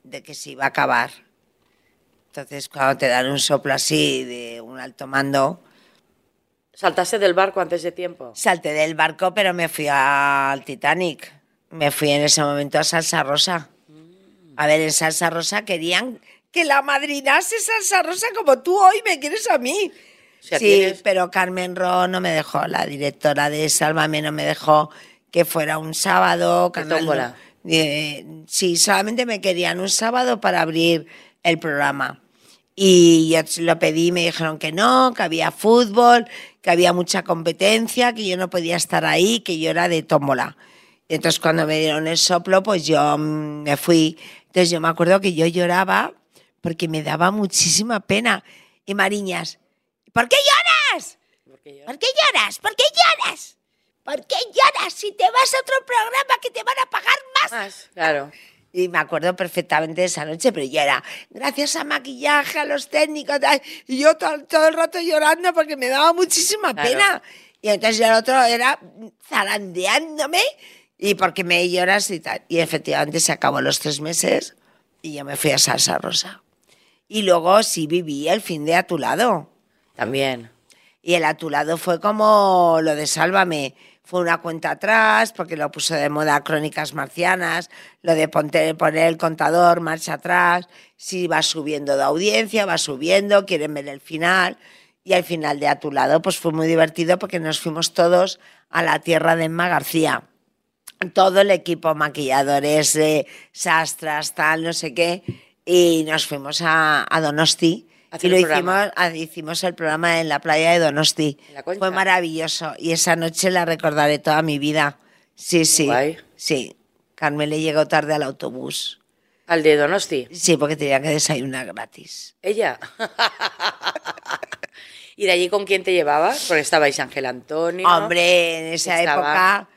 B: de que se iba a acabar. Entonces, cuando te dan un soplo así de un alto mando,
A: ¿Saltaste del barco antes de tiempo?
B: Salté del barco, pero me fui al Titanic. Me fui en ese momento a Salsa Rosa.
A: Mm.
B: A ver, en Salsa Rosa querían que la madrinase Salsa Rosa como tú hoy me quieres a mí.
A: O sea,
B: sí,
A: tienes-
B: pero Carmen Ro no me dejó, la directora de Sálvame no me dejó que fuera un sábado. Canal-
A: tómbola.
B: Eh, sí, solamente me querían un sábado para abrir el programa. Y yo se lo pedí, me dijeron que no, que había fútbol, que había mucha competencia, que yo no podía estar ahí, que yo era de tómbola. Y entonces cuando me dieron el soplo, pues yo mm, me fui. Entonces yo me acuerdo que yo lloraba porque me daba muchísima pena. Y Mariñas, ¿por qué lloras?
A: Porque yo-
B: ¿Por qué lloras? ¿Por qué lloras? ¿Por qué lloras si te vas a otro programa que te van a pagar más?
A: Más, claro.
B: Y me acuerdo perfectamente de esa noche, pero yo era, gracias a maquillaje, a los técnicos, tal, y yo to- todo, el rato llorando porque me daba muchísima
A: Claro.
B: pena. Y entonces el otro era zarandeándome y porque me lloras y tal. Y efectivamente se acabó los tres meses y yo me fui a Salsa Rosa. Y luego sí viví el fin de a tu lado.
A: También.
B: Y el a tu lado fue como lo de Sálvame. Fue una cuenta atrás, porque lo puso de moda Crónicas Marcianas, lo de ponte- poner el contador, marcha atrás, si va subiendo de audiencia, va subiendo, quieren ver el final. Y al final de A tu lado, pues fue muy divertido porque nos fuimos todos a la tierra de Emma García todo el equipo, maquilladores, eh, sastras, tal, no sé qué, y nos fuimos a, a Donosti.
A: Hacer
B: Y lo
A: el
B: hicimos,
A: programa.
B: ah, hicimos el programa en la playa de Donosti.
A: En la concha.
B: Fue maravilloso. Y esa noche la recordaré toda mi vida. Sí, sí.
A: Guay.
B: Sí. Carmen le llegó tarde al autobús.
A: Al de Donosti.
B: Sí, porque tenía que desayunar gratis.
A: Ella. <laughs> ¿Y de allí con quién te llevabas? Porque estabais Ángel Antonio.
B: Hombre, en esa
A: Estaba
B: época.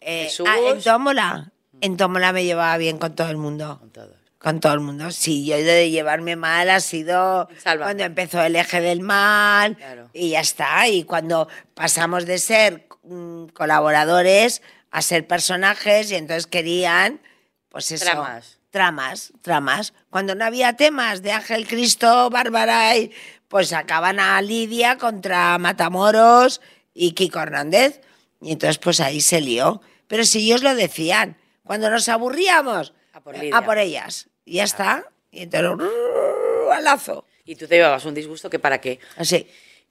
B: eh,
A: Jesús.
B: ah, en Tómola. En Tómola me llevaba bien con todo el mundo.
A: Con todos.
B: Con todo el mundo, sí. Yo de llevarme mal ha sido
A: Sálvame.
B: cuando empezó el eje del mal
A: Claro.
B: y ya está. Y cuando pasamos de ser mm, colaboradores a ser personajes y entonces querían, pues eso.
A: Tramas.
B: Tramas, tramas. Cuando no había temas de Ángel Cristo, Bárbara, y, pues sacaban a Lidia contra Matamoros y Kiko Hernández. Y entonces pues ahí se lió. Pero si ellos lo decían, cuando nos aburríamos,
A: A por Lidia.
B: Eh, a por ellas. Y ya está. Y entonces, ¡rrrr! al lazo.
A: Y tú te llevabas un disgusto que para qué.
B: Así.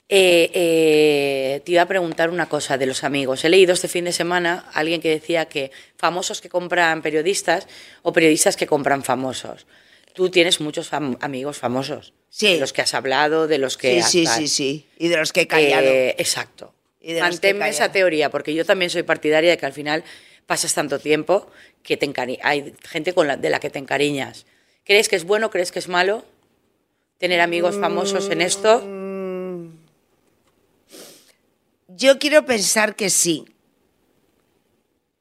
A: Eh, eh, te iba a preguntar una cosa de los amigos. He leído este fin de semana a alguien que decía que famosos que compran periodistas o periodistas que compran famosos. Tú tienes muchos fam- amigos famosos.
B: Sí.
A: De los que has hablado, de los que
B: Sí,
A: has
B: sí,
A: tal.
B: sí, sí. Y de los que he callado.
A: Eh, exacto.
B: Y de los que
A: Manténme esa
B: callado.
A: teoría, porque yo también soy partidaria de que al final pasas tanto tiempo que te encari- hay gente con la, de la que te encariñas. ¿Crees que es bueno? ¿Crees que es malo? Tener amigos famosos en esto.
B: Yo quiero pensar que sí.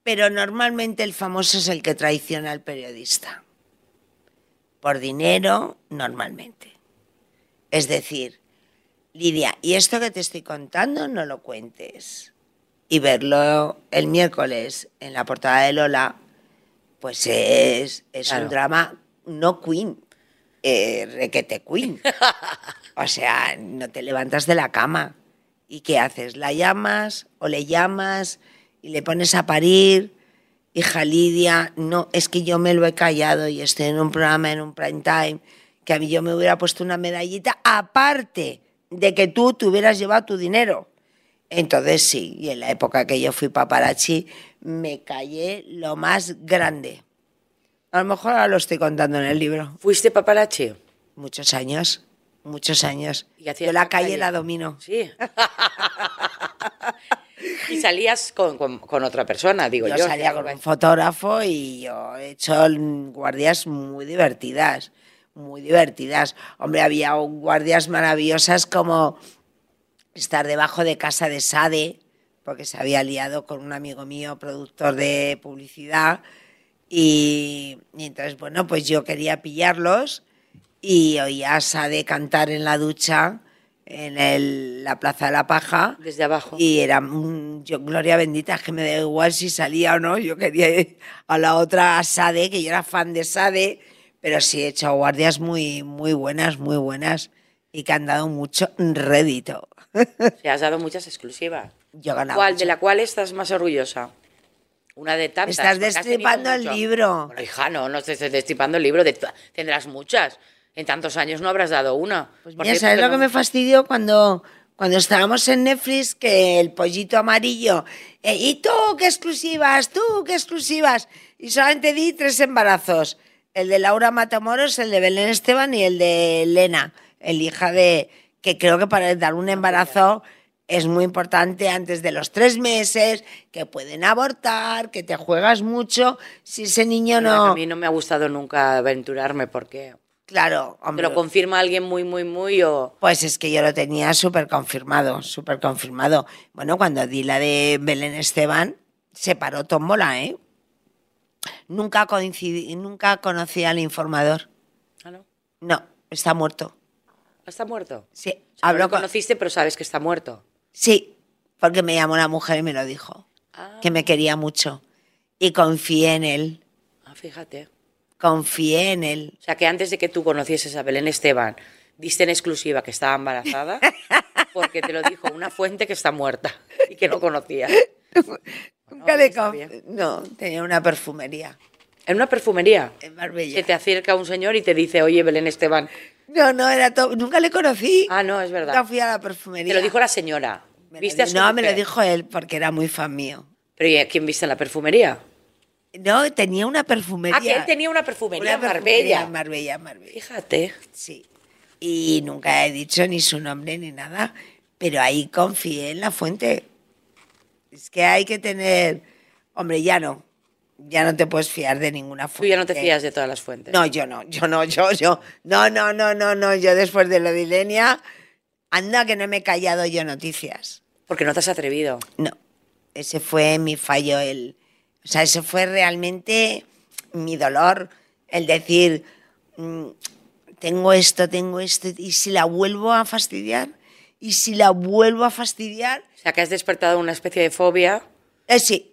B: Pero normalmente el famoso es el que traiciona al periodista. Por dinero, normalmente. Es decir, Lidia, y esto que te estoy contando no lo cuentes. Y verlo el miércoles en la portada de Lola, pues es, es
A: Claro.
B: un drama no queen, eh, requete queen. O sea, no te levantas de la cama. ¿Y qué haces? ¿La llamas o le llamas y le pones a parir? Hija Lidia, no, es que yo me lo he callado y estoy en un programa, en un prime time, que a mí yo me hubiera puesto una medallita aparte de que tú te hubieras llevado tu dinero. Entonces sí, y en la época que yo fui paparazzi, me callé lo más grande. A lo mejor ahora lo estoy contando en el libro.
A: ¿Fuiste paparazzi?
B: Muchos años, muchos años.
A: Y hacías
B: Yo la
A: la
B: calle,
A: calle.
B: la domino. <laughs>
A: Sí. y salías con, con- con otra persona, digo yo.
B: Yo salía con un fotógrafo y yo he hecho mm, guardias muy divertidas, muy divertidas. Hombre, había un- guardias maravillosas como estar debajo de casa de Sade, porque se había liado con un amigo mío, productor de publicidad, y, y entonces, bueno, pues yo quería pillarlos y oía a Sade cantar en la ducha, en el- la Plaza de la Paja.
A: Desde abajo.
B: Y era, mm, yo, gloria bendita, que me da igual si salía o no. Yo quería ir a la otra a Sade, que yo era fan de Sade, pero sí he hecho guardias muy, muy buenas, muy buenas. y que han dado mucho rédito. <laughs>
A: Se has dado muchas exclusivas.
B: Yo he ganado
A: ¿Cuál,
B: mucho.
A: de la cual estás más orgullosa? Una de tantas.
B: Estás
A: porque has tenido
B: destripando el
A: mucho.
B: libro.
A: Bueno, hija, no, no estés destripando el libro. de to- tendrás muchas. En tantos años no habrás dado una.
B: Pues
A: Por
B: mira,
A: cierto,
B: ¿sabes lo
A: no-
B: que me fastidió cuando, cuando estábamos en Netflix? Que el pollito amarillo. eh, ¿Y tú qué exclusivas? ¿Tú qué exclusivas? Y solamente di tres embarazos. El de Laura Matamoros, el de Belén Esteban y el de Elena, el hija de... que creo que para dar un embarazo es muy importante antes de los tres meses, que pueden abortar, que te juegas mucho. Si ese niño
A: A
B: no...
A: mí no me ha gustado nunca aventurarme porque...
B: Claro,
A: ¿Te
B: hombre.
A: lo confirma alguien muy, muy, muy o...?
B: Pues es que yo lo tenía súper confirmado, súper confirmado. Bueno, cuando di la de Belén Esteban, se paró tómbola, ¿eh? Nunca coincidí, nunca conocí al informador.
A: Ah, no.
B: No, está muerto.
A: Está muerto.
B: Sí,
A: O sea, no
B: habló
A: lo
B: con-
A: conociste, pero sabes que está muerto.
B: Sí, porque me llamó la mujer y me lo dijo,
A: Ah,
B: que me quería mucho. Y confié en él,
A: ah, fíjate.
B: confié en él.
A: O sea, que antes de que tú conocieses a Belén Esteban, diste en exclusiva que estaba
B: <laughs>
A: embarazada porque te lo dijo una fuente que está muerta y que no conocía.
B: Nunca le
A: está
B: conf- No, tenía una perfumería
A: En una perfumería.
B: en
A: Se
B: Marbella.
A: te acerca un señor y te dice, oye, Belén Esteban.
B: No, no, era todo. Nunca le conocí.
A: Ah, no, es
B: Nunca
A: verdad.
B: fui a la perfumería.
A: Te lo dijo la señora.
B: Me lo
A: ¿Viste a
B: di-
A: su
B: no, me lo
A: mujer?
B: dijo él porque era muy fan mío.
A: Pero ¿y a quién viste en la perfumería?
B: No, tenía una perfumería.
A: Ah, que él tenía una perfumería
B: una
A: en Marbella.
B: perfumería en Marbella, en Marbella,
A: Fíjate.
B: sí. Y nunca he dicho ni su nombre ni nada, pero ahí confié en la fuente. Es que hay que tener... Hombre, ya no. Ya no te puedes fiar de ninguna
A: Tú
B: fuente.
A: ya no te fías de todas las fuentes.
B: No, yo no, yo no, yo, yo. No, no, no, no, no. Yo después de lo de Ilenia, anda que no me he callado yo noticias.
A: Porque no te has atrevido.
B: No, ese fue mi fallo. El, o sea, ese fue realmente mi dolor. El decir, mm, tengo esto, tengo esto, y si la vuelvo a fastidiar, y si la vuelvo a fastidiar,
A: O sea, que has despertado una especie de fobia
B: eh, sí.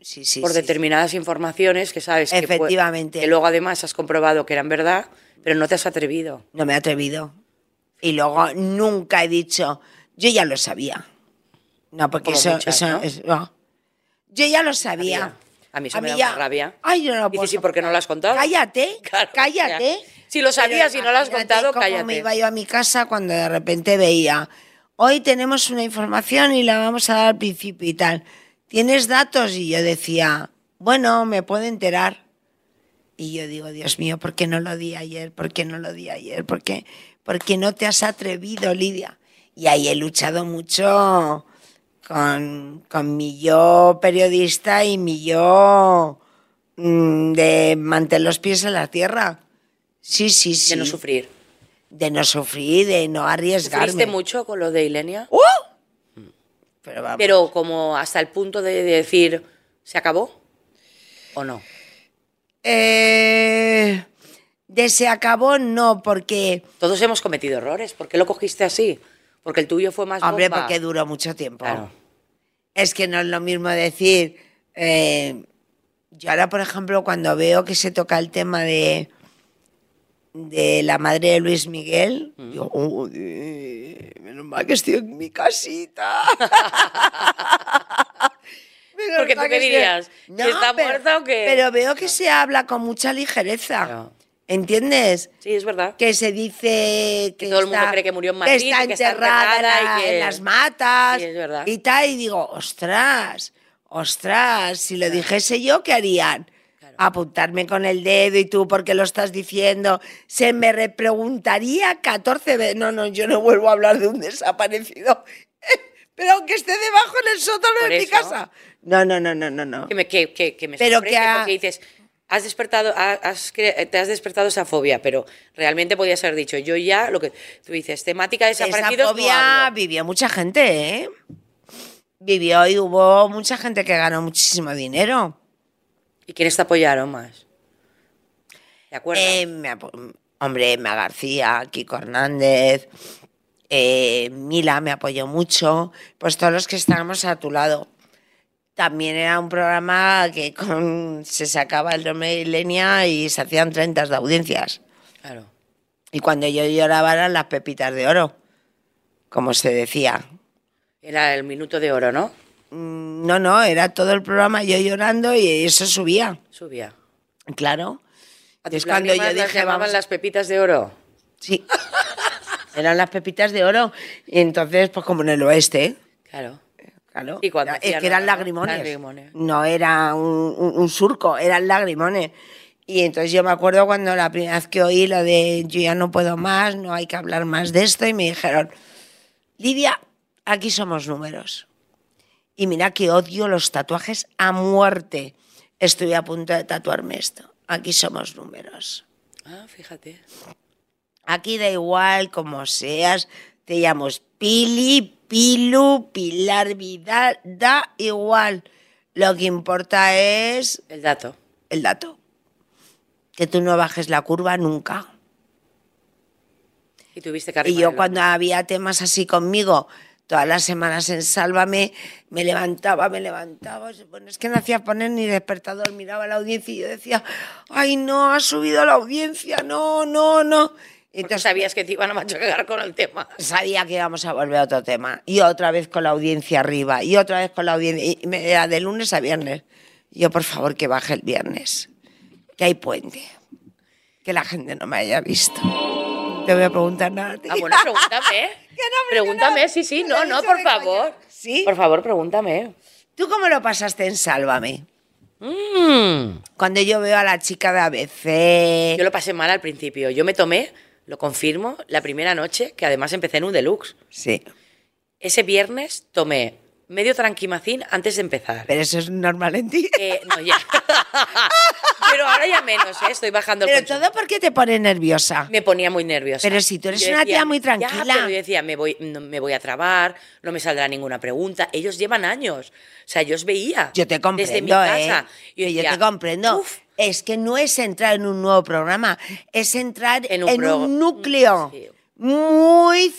B: Sí, sí.
A: por
B: sí,
A: determinadas informaciones que sabes que, pue-
B: Efectivamente.
A: que luego además has comprobado que eran verdad, pero no te has atrevido.
B: sí. No me he atrevido. Y luego nunca he dicho, yo ya lo sabía. No, porque
A: Como
B: eso,
A: muchas,
B: eso-
A: ¿no?
B: es- no. Yo ya lo sabía.
A: A mí eso me da
B: ya-
A: una rabia.
B: Ay, yo no lo puedo
A: Dices, ¿y por qué no lo has contado?
B: Cállate,
A: <laughs> Claro,
B: cállate.
A: o sea, si lo sabías
B: Pero
A: y no lo has
B: imagínate
A: contado,
B: cómo
A: cállate.
B: me iba yo a mi casa cuando de repente veía, hoy tenemos una información y la vamos a dar al principio y tal. ¿Tienes datos? Y yo decía, bueno, me puedo enterar. Y yo digo, Dios mío, ¿por qué no lo di ayer? ¿Por qué no lo di ayer? ¿Por qué, ¿Por qué no te has atrevido, Lidia? Y ahí he luchado mucho con, con mi yo periodista y mi yo mm, de mantener los pies en la tierra. Sí, sí, sí.
A: De no sufrir.
B: De no sufrir, de no arriesgarme.
A: ¿Sufriste mucho con lo de Ilenia?
B: ¡Uh! Pero vamos.
A: Pero como hasta el punto de decir, ¿se acabó? ¿O no?
B: Eh, de se acabó, no, porque...
A: Todos hemos cometido errores. ¿Por qué lo cogiste así? Porque el tuyo fue más
B: Hombre,
A: bomba.
B: porque duró mucho tiempo.
A: Claro.
B: Es que no es lo mismo decir. eh, yo ahora, por ejemplo, cuando veo que se toca el tema de de la madre de Luis Miguel,
A: Mm.
B: digo, "Oh, eh, menos mal que estoy en
A: <laughs>
B: mi casita. Menos
A: Porque tú
B: mal
A: qué
B: que estoy-
A: dirías, ¿que está muerta o qué?
B: Pero veo que se habla con mucha ligereza,
A: Claro.
B: ¿entiendes?
A: Sí, es verdad.
B: que se dice que,
A: todo el mundo
B: está-
A: cree que murió en Madrid
B: está
A: y que está
B: enterrada,
A: enterrada y
B: en
A: que-
B: en las matas
A: Sí, es verdad.
B: y tal y digo ostras ostras si lo dijese yo qué harían
A: Claro.
B: apuntarme con el dedo y tú por qué lo estás diciendo se me repreguntaría 14 veces no no yo no vuelvo a hablar de un desaparecido <laughs> pero aunque esté debajo en el sótano
A: Por
B: de mi
A: eso.
B: casa no no no no no no
A: que me, que, que, que me
B: Pero
A: sorprende
B: que ha-
A: porque dices, has despertado, ha- has, cre- te has despertado esa fobia, pero realmente podías haber dicho, yo ya, lo que tú dices, temática de
B: Esa
A: desaparecidos, no
B: fobia
A: hablo.
B: vivió mucha gente, ¿eh? Vivió y hubo mucha gente que ganó muchísimo dinero.
A: ¿Y quiénes te apoyaron más? ¿De acuerdo?
B: Eh, me apo- hombre, Emma García, Kiko Hernández, eh, Mila me apoyó mucho, pues todos los que estábamos a tu lado. También era un programa que con- se sacaba el nombre de Ilenia y se hacían 30 de audiencias.
A: claro.
B: Y cuando yo lloraba eran las pepitas de oro, como se decía.
A: Era el minuto de oro, ¿no?
B: Mm, No, no, era todo el programa yo llorando y eso subía.
A: Subía.
B: Claro.
A: A
B: Y es
A: tus
B: cuando yo
A: lágrimas las
B: dije,
A: llamaban
B: vamos,
A: las pepitas de oro.
B: sí. Eran las pepitas de oro. Y entonces, pues como en el oeste,
A: Claro.
B: claro.
A: Y cuando
B: Era- es
A: hacían
B: que eran
A: nada, ¿no?
B: lagrimones.
A: Lagrimones.
B: No era un, un- un surco, eran lagrimones. Y entonces yo me acuerdo cuando la primera vez que oí lo de yo ya no puedo más, no hay que hablar más de esto, y me dijeron, Lidia, aquí somos números. Y mira que odio los tatuajes a muerte. Estuve a punto de tatuarme esto. Aquí somos números.
A: Ah, fíjate.
B: Aquí da igual como seas, te llamas Pili, Pilu, Pilar Vidal, da igual. Lo que importa es
A: El dato.
B: el dato. Que tú no bajes la curva nunca.
A: Y tuviste que
B: Y
A: arrimar
B: yo
A: el
B: cuando había temas así conmigo, todas las semanas en Sálvame, me levantaba, me levantaba. Bueno, es que no hacía poner ni despertador, miraba la audiencia y yo decía, ay no, ha subido la audiencia, no, no, no. Y
A: Porque
B: entonces-
A: sabías que te iban a machacar con el tema.
B: sabía que íbamos a volver a otro tema. Y otra vez con la audiencia arriba, y otra vez con la audiencia. y me- Era de lunes a viernes. Yo, por favor, que baje el viernes. Que hay puente. Que la gente no me haya visto. Te voy a preguntar nada. a ti.
A: Ah, bueno, pregúntame. ¿eh? <laughs>
B: hombre, que
A: pregúntame,
B: no.
A: sí, sí,
B: Te lo
A: no,
B: he
A: no,
B: dicho
A: por
B: de
A: favor.
B: coña. ¿Sí?
A: Por favor, pregúntame.
B: <laughs> ¿Tú cómo lo pasaste en Sálvame? Cuando yo veo a la chica de ABC.
A: Mm. Yo lo pasé mal al principio. Yo me tomé, lo confirmo, la primera noche, que además empecé en un deluxe.
B: Sí.
A: Ese viernes tomé medio tranquimacín antes de empezar.
B: Pero eso es normal en ti.
A: Eh, no, ya. <laughs> Pero ahora ya menos, ¿eh? Estoy bajando el
B: Pero
A: consumo.
B: todo porque te pone nerviosa.
A: Me ponía muy nerviosa.
B: Pero si tú eres
A: Yo
B: una tía muy
A: "Ya,
B: tranquila".
A: pero yo decía, me voy, no me voy a trabar, no me saldrá ninguna pregunta. Ellos llevan años. O sea, yo os veía.
B: Yo te comprendo,
A: Desde mi casa.
B: ¿eh? Yo, te comprendo.
A: "Uf".
B: Es que no es entrar en un nuevo programa, es entrar en
A: En
B: un,
A: un pro- mm,
B: núcleo
A: Sí.
B: muy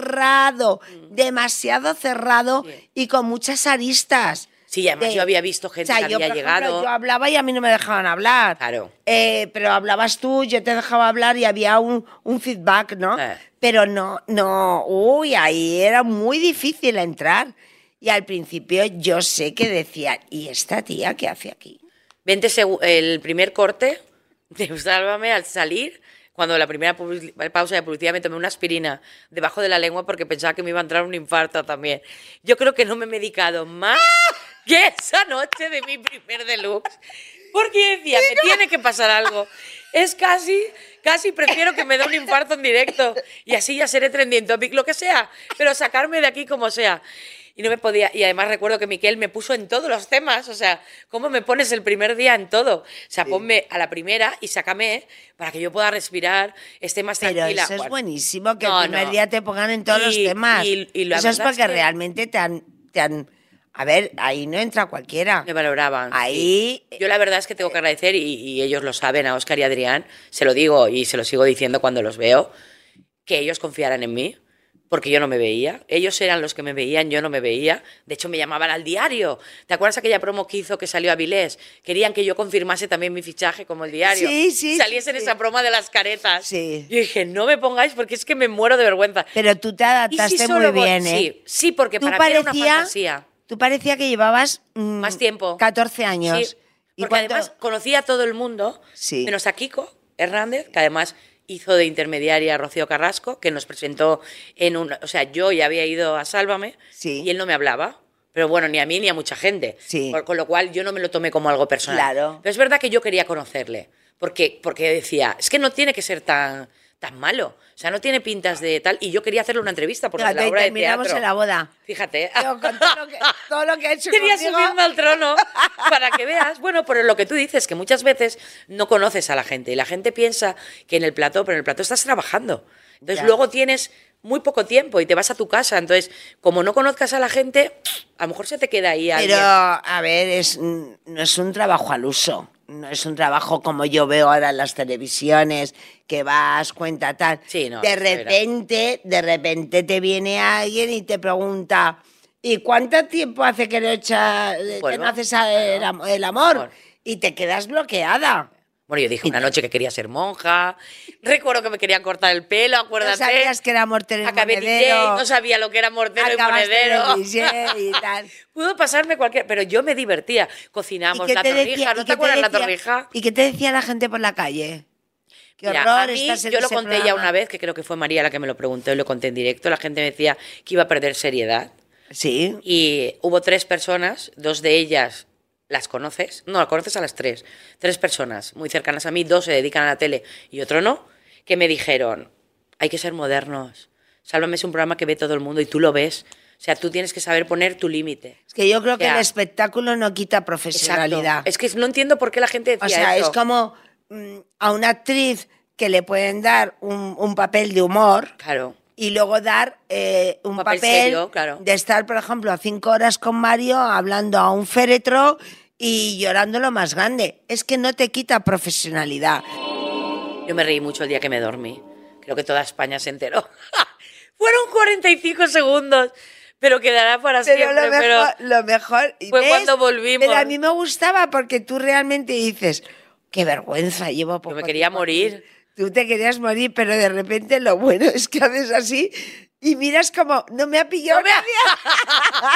B: cerrado, demasiado cerrado
A: Sí.
B: y con muchas aristas.
A: Sí, y además
B: De-
A: yo había visto gente
B: O sea,
A: que
B: yo,
A: había
B: por ejemplo,
A: llegado.
B: yo hablaba y a mí no me dejaban hablar.
A: Claro.
B: Eh, pero hablabas tú, yo te dejaba hablar y había un, un feedback, ¿no?
A: Eh.
B: Pero no, no, uy, ahí era muy difícil entrar. Y al principio yo sé que decía, ¿y esta tía qué hace aquí?
A: 20 segu- el primer corte de <laughs> Sálvame al salir, cuando la primera publi- pausa de publicidad me tomé una aspirina debajo de la lengua porque pensaba que me iba a entrar un infarto también. Yo creo que no me he medicado más
B: ¡Ah!
A: que esa noche de mi primer deluxe. Porque decía, me tiene que pasar algo. Es casi, casi prefiero que me dé un infarto en directo y así ya seré trending topic, lo que sea, pero sacarme de aquí como sea. Y no me podía, y además recuerdo que Miquel me puso en todos los temas, o sea, ¿cómo me pones el primer día en todo? O sea, ponme a la primera y sácame para que yo pueda respirar, esté más
B: Pero
A: tranquila.
B: eso es
A: Bueno,
B: buenísimo, que
A: No,
B: el primer
A: no.
B: día te pongan en todos los
A: Y-
B: temas.
A: y- y la
B: eso es
A: verdad es
B: porque
A: que-
B: realmente te han, te han... A ver, ahí no entra cualquiera.
A: Me valoraban.
B: Ahí-
A: sí. Yo la verdad es que tengo que agradecer, y, y ellos lo saben, a Oscar y Adrián, se lo digo y se lo sigo diciendo cuando los veo, que ellos confiaran en mí, porque yo no me veía. Ellos eran los que me veían, yo no me veía. De hecho, me llamaban al diario. ¿Te acuerdas aquella promo que hizo que salió a Vilés? Querían que yo confirmase también mi fichaje como el diario.
B: Sí, sí,
A: Saliese
B: sí,
A: en
B: sí.
A: esa broma de las caretas.
B: Sí.
A: Yo dije, no me pongáis porque es que me muero de vergüenza.
B: Pero tú te
A: Y
B: adaptaste
A: si
B: muy
A: solo voy-
B: bien, ¿eh?
A: Sí, sí, porque
B: tú
A: para mí era una fantasía.
B: Tú parecía que llevabas mm,
A: más tiempo.
B: 14 años.
A: Sí,
B: ¿Y
A: porque
B: cuánto-
A: además conocía a todo el mundo,
B: Sí.
A: menos a Kiko Hernández, que además hizo de intermediaria a Rocío Carrasco, que nos presentó en un... O sea, yo ya había ido a Sálvame
B: Sí.
A: y él no me hablaba. Pero bueno, ni a mí ni a mucha gente.
B: Sí.
A: Por- con lo cual yo no me lo tomé como algo personal.
B: Claro.
A: Pero es verdad que yo quería conocerle. Porque, porque decía, es que no tiene que ser tan, tan malo. O sea, no tiene pintas de tal. Y yo quería hacerle una entrevista por
B: Fíjate,
A: la obra de
B: terminamos
A: teatro.
B: en
A: <laughs>
B: la boda.
A: Fíjate.
B: Yo, con
A: <laughs>
B: todo lo que, todo lo que he hecho
A: Quería
B: contigo,
A: subirme al
B: <laughs>
A: trono para que veas. Bueno, pero lo que tú dices, que muchas veces no conoces a la gente y la gente piensa que en el plató, pero en el plató estás trabajando. Entonces
B: Ya.
A: luego tienes muy poco tiempo y te vas a tu casa. Entonces, como no conozcas a la gente, a lo mejor se te queda ahí
B: Pero,
A: alguien.
B: a ver, es, mm, no es un trabajo al uso. No es un trabajo como yo veo ahora en las televisiones, que vas, cuenta tal.
A: Sí, no,
B: de
A: eso era.
B: repente, de repente te viene alguien y te pregunta, ¿y cuánto tiempo hace que no, echa- que
A: Bueno,
B: no haces a- el, am- el amor?
A: Amor.
B: Y te quedas bloqueada.
A: Bueno, yo dije una noche que quería ser monja. Recuerdo que me querían cortar el pelo,
B: No
A: acuérdate.
B: sabías que era mortero y
A: Acabé DJ,
B: monedero.
A: no sabía lo que era mortero y
B: acabaste de
A: monedero.
B: DJ y
A: <laughs>
B: tal.
A: Pudo pasarme cualquier, pero yo me divertía. Cocinamos
B: qué
A: la
B: te
A: torrija,
B: decía-
A: ¿no
B: y
A: te,
B: qué
A: acuerdas la
B: decía-
A: torrija?
B: ¿Y qué te decía la gente por la calle? Qué
A: Mira,
B: horror
A: a mí,
B: estás en
A: yo lo
B: ese
A: conté ya
B: programa.
A: una vez, que creo que fue María la que me lo preguntó y lo conté en directo. La gente me decía que iba a perder seriedad.
B: Sí.
A: Y hubo tres personas, dos de ellas las conoces, no, las conoces a las tres, tres personas muy cercanas a mí, dos se dedican a la tele y otro no, que me dijeron, hay que ser modernos, Sálvame es un programa que ve todo el mundo y tú lo ves, o sea, tú tienes que saber poner tu límite.
B: Es que yo creo
A: O
B: que
A: sea,
B: el espectáculo no quita
A: Exacto.
B: profesionalidad.
A: Es que no entiendo por qué la gente decía
B: O sea,
A: eso.
B: es como mm, a una actriz que le pueden dar un, un papel de humor
A: Claro,
B: y luego dar eh, un
A: Papel
B: papel,
A: serio, claro.
B: de estar, por ejemplo, cinco horas con Mario hablando a un féretro y llorando lo más grande. Es que no te quita profesionalidad.
A: yo me reí mucho el día que me dormí, creo que toda España se enteró. <laughs> Fueron 45 segundos, pero quedará para
B: Pero
A: siempre.
B: lo
A: pero...
B: mejor, lo mejor y
A: fue cuando volvimos.
B: Pero a mí me gustaba porque tú realmente dices, qué vergüenza, llevo poco
A: me quería
B: tiempo
A: morir.
B: aquí". Tú te querías morir, pero de repente lo bueno es que haces así y miras como, no me ha pillado. nadie".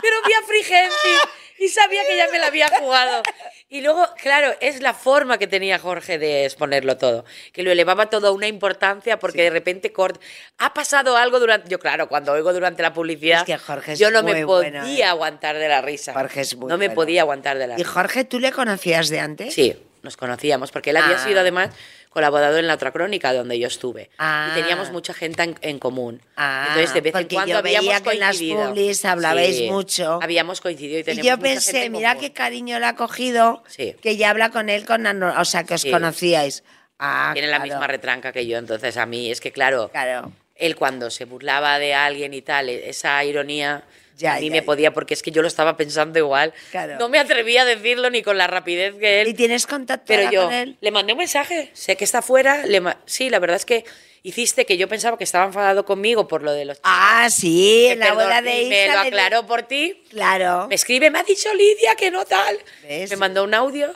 A: Pero vi a Frigenzi y sabía que ya me la había jugado. Y luego, claro, es la forma que tenía Jorge de exponerlo todo, que lo elevaba todo a una importancia porque de repente cort- ha pasado algo durante... Yo, claro, cuando oigo durante la publicidad,
B: Es que Jorge es
A: yo no me
B: muy bueno,
A: podía
B: ¿eh?
A: aguantar de la risa.
B: Jorge es muy
A: No me
B: bueno.
A: podía aguantar de la
B: Y
A: risa.
B: Jorge, ¿tú le conocías de antes?
A: Sí, nos conocíamos, porque él había
B: Ah.
A: sido además colaborador en la otra crónica donde yo estuve.
B: Ah.
A: Y teníamos mucha gente en, en común.
B: Ah,
A: Entonces, de vez en
B: porque
A: cuando
B: yo
A: habíamos
B: veía que en las
A: coincidido.
B: publis hablabais mucho.
A: Habíamos coincidido y
B: Y
A: teníamos
B: yo
A: mucha gente
B: pensé,
A: en
B: mira
A: común.
B: qué cariño le ha cogido,
A: Sí.
B: que ya habla con él, con Ano- o sea, que os
A: Sí.
B: conocíais. Ah,
A: Tiene la
B: claro,
A: misma retranca que yo, entonces a mí es que, claro,
B: Claro.
A: él cuando se burlaba de alguien y tal, e- esa ironía
B: Ya,
A: a mí
B: ya,
A: me
B: ya.
A: podía, porque es que yo lo estaba pensando igual.
B: Claro.
A: No me atrevía a decirlo ni con la rapidez que él.
B: ¿Y tienes contacto
A: Pero
B: ahora
A: yo
B: con él?
A: le mandé un mensaje, sé que está fuera, le ma- sí, la verdad es que hiciste que yo pensaba que estaba enfadado conmigo por lo de los
B: Ah, sí,
A: que
B: en la
A: Eh, perdón,
B: boda de
A: y me
B: Isa
A: lo
B: le di-
A: aclaró por ti.
B: Claro.
A: Me escribe, me ha dicho Lidia que no tal.
B: ¿Ves?
A: Me mandó un audio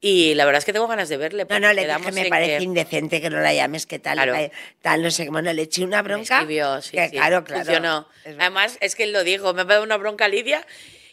A: y la verdad es que tengo ganas de verle.
B: No,
A: porque
B: no, le dije,
A: quedamos
B: me
A: en
B: parece
A: que-
B: indecente que no la llames, que tal,
A: Claro.
B: tal, tal, no sé qué. Bueno, le eché una
A: Me
B: bronca.
A: escribió, sí,
B: que
A: sí,
B: claro, claro.
A: funcionó.
B: Es verdad.
A: Además, es que él lo dijo, me ha dado una bronca Lidia.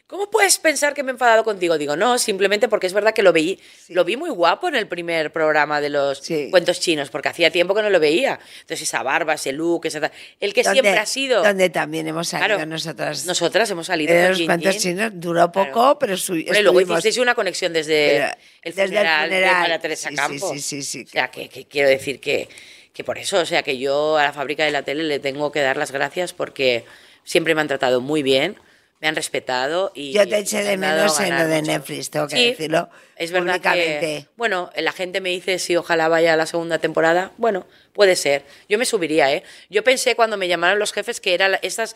A: ¿Cómo puedes pensar que me he enfadado contigo? Digo, no, simplemente porque es verdad que lo vi, lo vi muy guapo en el primer programa de los
B: Sí.
A: cuentos chinos, porque hacía tiempo que no lo veía. Entonces, esa barba, ese look, esa... el que
B: Donde-
A: siempre ha sido.
B: Donde también hemos salido
A: Claro.
B: nosotras.
A: Nosotras hemos salido
B: Eh,
A: con
B: los
A: Yin
B: cuantos
A: Yin.
B: chinos duró poco,
A: Claro.
B: pero su,
A: Bueno, y luego
B: estuvimos-
A: hicisteis una conexión desde,
B: Pero-
A: el,
B: desde el
A: funeral de
B: funeral.
A: María Teresa
B: Sí, sí,
A: Campos.
B: sí, sí, sí.
A: O sea, que, que quiero decir que, que por eso, o sea, que yo a la fábrica de la tele le tengo que dar las gracias porque siempre me han tratado muy bien, me han respetado y...
B: Yo te
A: me
B: eché de
A: han dado a
B: menos en
A: ganar
B: lo de
A: mucho.
B: Netflix, tengo que
A: Sí,
B: decirlo.
A: Es verdad que,
B: públicamente.
A: bueno, la gente me dice si ojalá vaya a la segunda temporada. Bueno, puede ser. Yo me subiría, ¿eh? Yo pensé cuando me llamaron los jefes que eran estas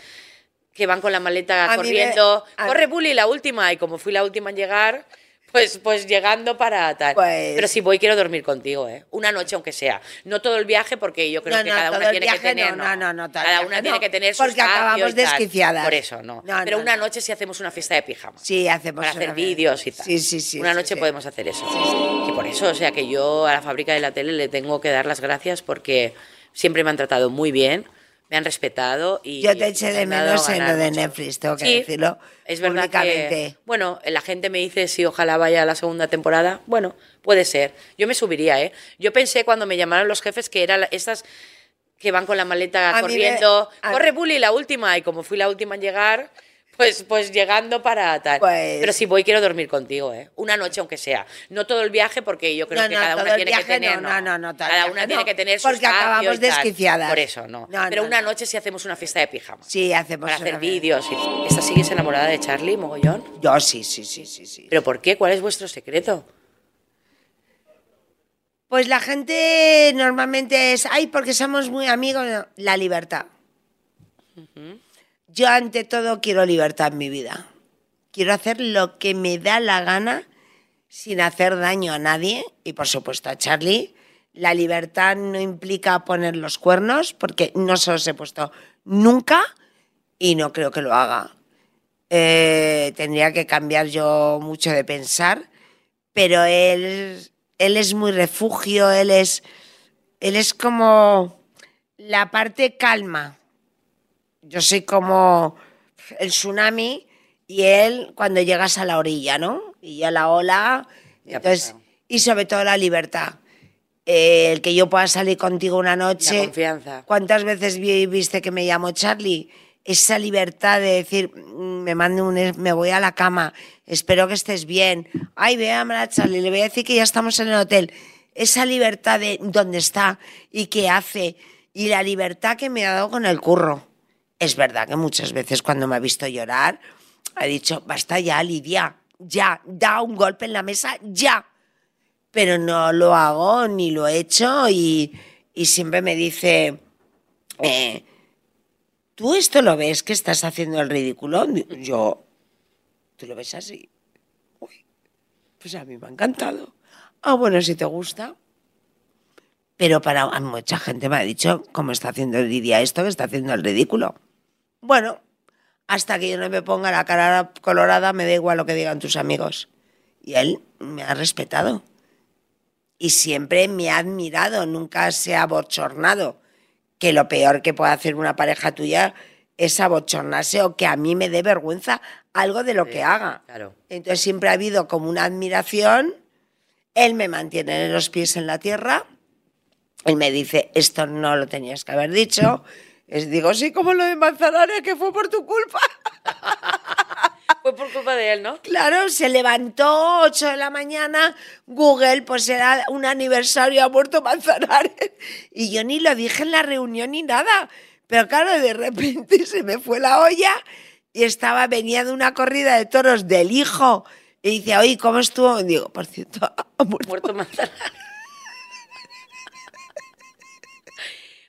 A: que van con la maleta
B: A mí me-
A: corriendo.
B: a-
A: Corre, Bully, la última. Y como fui la última en llegar, pues, pues llegando para tal.
B: Pues-
A: Pero si voy, quiero dormir contigo, ¿eh? Una noche, aunque sea. No todo el viaje, porque yo creo
B: No,
A: que
B: no,
A: cada
B: todo
A: una
B: el
A: tiene que
B: viaje no,
A: tener...
B: no, no, no, todo el
A: cada
B: viaje
A: una
B: no,
A: tiene que tener su
B: porque
A: espacio
B: acabamos
A: y tal.
B: desquiciadas.
A: Por eso, no.
B: No,
A: Pero
B: no,
A: una
B: no.
A: noche sí hacemos una fiesta de pijama
B: Sí, hacemos
A: para hacer
B: una-
A: vídeos y tal.
B: Sí, sí, sí.
A: Una
B: sí,
A: noche
B: sí.
A: podemos hacer eso. Y por eso, o sea, que yo a la fábrica de la tele le tengo que dar las gracias porque siempre me han tratado muy bien, me han respetado y...
B: Yo te eché de
A: me han dado
B: menos
A: a
B: en
A: ganar
B: lo de
A: mucho.
B: Netflix, tengo que
A: Sí,
B: decirlo.
A: Es verdad que,
B: públicamente.
A: bueno, la gente me dice si ojalá vaya a la segunda temporada. Bueno, puede ser. Yo me subiría, ¿eh? Yo pensé cuando me llamaron los jefes que eran estas que van con la maleta
B: A mí me-
A: corriendo.
B: a-
A: Corre, Bully, la última. Y como fui la última en llegar, pues, pues llegando para tal.
B: Pues-
A: Pero si voy, quiero dormir contigo, ¿eh? Una noche, aunque sea. No todo el viaje, porque yo creo
B: No,
A: que
B: no,
A: cada
B: todo
A: una
B: el
A: tiene que
B: viaje no,
A: tener...
B: no, no, no, todo el
A: cada
B: viaje
A: una tiene
B: no,
A: que tener su
B: porque
A: espacio
B: acabamos
A: y tal.
B: desquiciadas.
A: Por eso, no.
B: No,
A: Pero
B: no,
A: una
B: no.
A: noche sí hacemos una fiesta de pijama
B: Sí, hacemos
A: para hacer
B: una-
A: vídeos. y- ¿Esta sigues enamorada de Charlie, mogollón?
B: Yo sí, sí, sí, sí, sí.
A: ¿Pero por qué? ¿Cuál es vuestro secreto?
B: Pues la gente normalmente es, ay, porque somos muy amigos, No, la libertad. Yo ante todo quiero libertad en mi vida. Quiero hacer lo que me da la gana sin hacer daño a nadie y por supuesto a Charlie. La libertad no implica poner los cuernos porque no se los he puesto nunca y no creo que lo haga. Eh, tendría que cambiar yo mucho de pensar, pero él, él es muy refugio, él es, él es como la parte calma. Yo soy como el tsunami y él cuando llegas a la orilla, ¿no? Y ya la ola,
A: Ya,
B: entonces,
A: pero-
B: y sobre todo la libertad. Eh, el que yo pueda salir contigo una noche.
A: confianza.
B: ¿Cuántas veces vi- viste que me llamó Charlie? Esa libertad de decir, mm, me mando un, es- me voy a la cama, espero que estés bien. Ay, ve a llamar a Charlie, le voy a decir que ya estamos en el hotel. Esa libertad de dónde está y qué hace y la libertad que me ha dado con el curro. Es verdad que muchas veces cuando me ha visto llorar, ha dicho, basta ya, Lidia, ya, da un golpe en la mesa, ya pero no lo hago ni lo he hecho y, y siempre me dice, eh, ¿tú esto lo ves que estás haciendo el ridículo? Yo, ¿tú lo ves así? Uy, pues a mí me ha encantado. Ah, bueno, si te gusta. Pero para a mucha gente me ha dicho, ¿cómo está haciendo Lidia esto? Que está haciendo el ridículo. Bueno, hasta que yo no me ponga la cara colorada, me da igual lo que digan tus amigos. Y él me ha respetado y siempre me ha admirado, nunca se ha bochornado. Que lo peor que puede hacer una pareja tuya es abochornarse o que a mí me dé vergüenza algo de lo que haga.
A: Claro. <laughs>
B: Entonces siempre ha habido como una admiración. Él me mantiene los pies en la tierra. Él me dice, esto no lo tenías que haber dicho. Es, digo, sí, como lo de Manzanares, que fue por tu culpa.
A: Fue por culpa de él, ¿no?
B: Claro, se levantó 8 de la mañana, Google, pues era un aniversario, ha muerto Manzanares. <laughs> Y yo ni lo dije en la reunión ni nada. Pero claro, de repente <laughs> se me fue la olla y estaba, venía de una corrida de toros del hijo. Y dice, oye, ¿cómo estuvo? Y digo, por cierto, <laughs> ha muerto.
A: Muerto
B: <laughs>
A: manzana.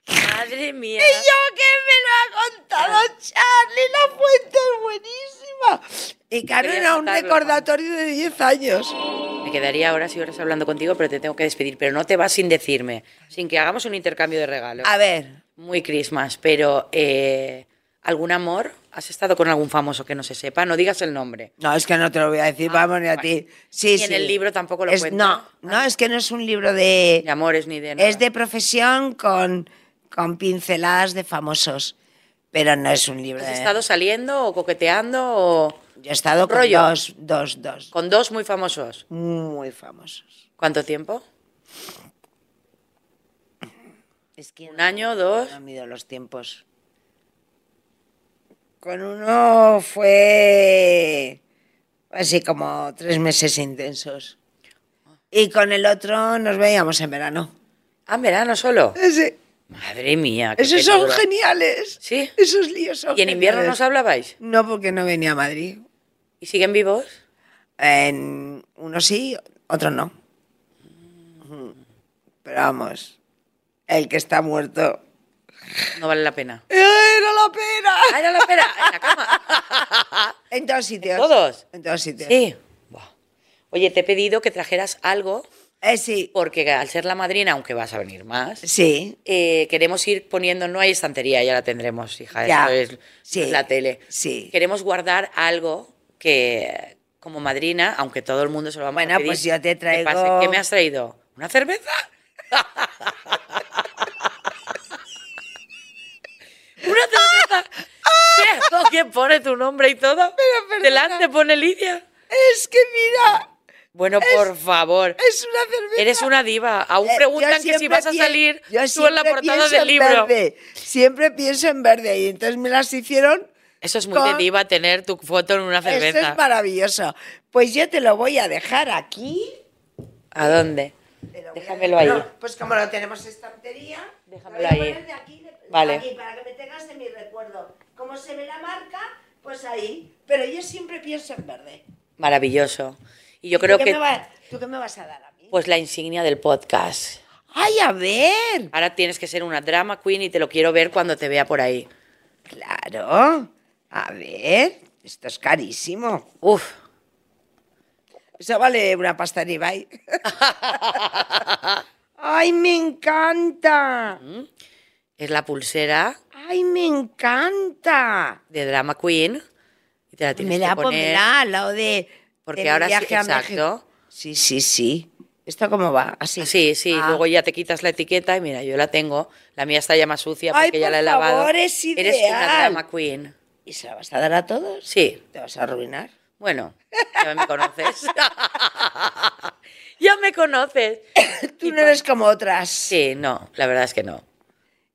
A: Madre mía.
B: Y yo que me lo ha contado Charlie, la fuente es buenísima. Y claro,
A: Quería
B: era un
A: contarlo.
B: recordatorio de 10 años.
A: Me quedaría horas y horas hablando contigo, pero te tengo que despedir. Pero no te vas sin decirme, sin que hagamos un intercambio de regalos.
B: A ver,
A: Muy Christmas, pero eh, ¿algún amor? ¿Has estado con algún famoso que no se sepa? No digas el nombre.
B: No, es que no te lo voy a decir,
A: Ah,
B: vamos ni a
A: vale.
B: ti.
A: Y
B: Sí,
A: en
B: sí.
A: el libro tampoco lo
B: Es-
A: cuenta.
B: No, no, es que no es un libro de...
A: De amores ni de nada.
B: Es de profesión con, con pinceladas de famosos, pero no es un libro
A: ¿Has
B: de...
A: estado saliendo o coqueteando o
B: Yo he estado con
A: rollo?
B: dos, dos, dos.
A: con dos muy famosos?
B: Muy famosos.
A: ¿Cuánto tiempo?
B: Es que
A: ¿Un año? ¿Dos?
B: No mido los tiempos. Con uno fue así como tres meses intensos. Y con el otro nos veíamos en verano.
A: Ah, en verano solo.
B: Ese-
A: Madre mía. qué
B: Esos son
A: peligro.
B: geniales.
A: Sí.
B: Esos líos son
A: ¿Y en invierno no os
B: geniales.
A: hablabais?
B: No, porque no venía a Madrid.
A: ¿Y siguen vivos?
B: En uno sí, otro no. Pero vamos, el que está muerto. ¡eh,
A: No vale la pena.
B: ¡Era la pena!
A: Ah, era la pena. En la cama.
B: En todos <laughs> sitios.
A: ¿Todos?
B: En todos sitios.
A: Sí. Buah. Oye, te he pedido que trajeras algo,
B: Eh, sí.
A: porque al ser la madrina, aunque vas a venir más,
B: Sí.
A: eh, queremos ir poniendo. No hay estantería, ya la tendremos, hija.
B: Ya.
A: Eso es
B: Sí.
A: la tele.
B: Sí.
A: Queremos guardar algo que, como madrina, aunque todo el mundo se lo va a
B: Bueno,
A: pedir,
B: pues yo te
A: que pase. ¿Qué
B: traigo- ¡Ah!
A: me has traído? ¿Una cerveza? <laughs> ¡Una cerveza! Mira, ¿con quién pone tu nombre y todo? Delante pone Lidia.
B: Es que mira,
A: Bueno, por favor.
B: es una cerveza.
A: Eres una diva. Aún
B: Eh, yo
A: preguntan que si
B: siempre
A: vas a
B: pien-
A: salir tú
B: yo
A: en la
B: siempre
A: portada
B: pienso
A: del
B: en
A: libro.
B: verde. Siempre pienso en verde y entonces me las hicieron.
A: Eso es muy de
B: Con-
A: diva tener tu foto en una cerveza.
B: Eso es maravilloso. Pues yo te lo voy a dejar aquí.
A: ¿A dónde?
B: Te lo voy a
A: Déjamelo ahí.
B: dejar- No, pues como lo tenemos estantería,
A: Déjamelo
B: lo voy a
A: ahí.
B: poner de aquí, de-
A: Vale.
B: aquí, para que me tengas de mi recuerdo. Como se ve la marca, pues ahí. Pero yo siempre pienso en verde.
A: Maravilloso. Y yo
B: ¿Tú
A: creo
B: qué
A: que
B: me va- ¿Tú qué me vas a dar a mí?
A: pues la insignia del podcast.
B: ¡Ay, a ver!
A: Ahora tienes que ser una drama queen y te lo quiero ver cuando te vea por ahí.
B: Claro. A ver. Esto es carísimo.
A: Uf.
B: Eso vale una pasta en
A: <laughs>
B: Ibai. ¡Ay, me encanta!
A: Mm. Es la pulsera
B: ¡Ay, me encanta!
A: de drama queen y te la tienes
B: Me la
A: que poner
B: pondrá al lado de.
A: porque
B: de mi
A: ahora sí
B: viaje a
A: exacto.
B: México. Sí, sí, sí. ¿Esto cómo va? Así.
A: Sí, sí,
B: Ah.
A: luego ya te quitas la etiqueta y mira, yo la tengo. La mía está ya más sucia porque
B: Ay,
A: ya
B: por
A: la he lavado.
B: favor, es
A: Eres una
B: ideal.
A: drama queen.
B: ¿Y se la vas a dar a todos?
A: Sí,
B: ¿Te vas a arruinar?
A: bueno, ya me conoces. <laughs> ya me conoces.
B: Tú no eres como otras.
A: Sí, no, la verdad es que no.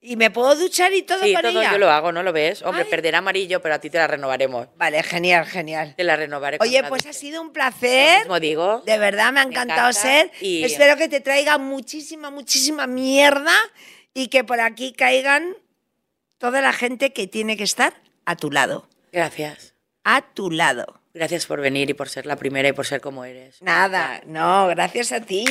B: ¿Y me puedo duchar y todo
A: Sí,
B: con
A: todo
B: ella?
A: yo lo hago, ¿no lo ves? Hombre,
B: Ay.
A: perderá amarillo, pero a ti te la renovaremos.
B: Vale, genial, genial.
A: Te la renovaré. con
B: Oye,
A: una
B: pues ha
A: dulce.
B: sido un
A: Lo
B: placer.
A: mismo digo.
B: De verdad, me ha
A: Me
B: encantado
A: encanta
B: ser.
A: y-
B: Espero que te traiga muchísima, muchísima mierda y que por aquí caigan toda la gente que tiene que estar a tu lado.
A: Gracias.
B: A tu lado.
A: Gracias por venir y por ser la primera y por ser como eres.
B: Nada, no, gracias a ti.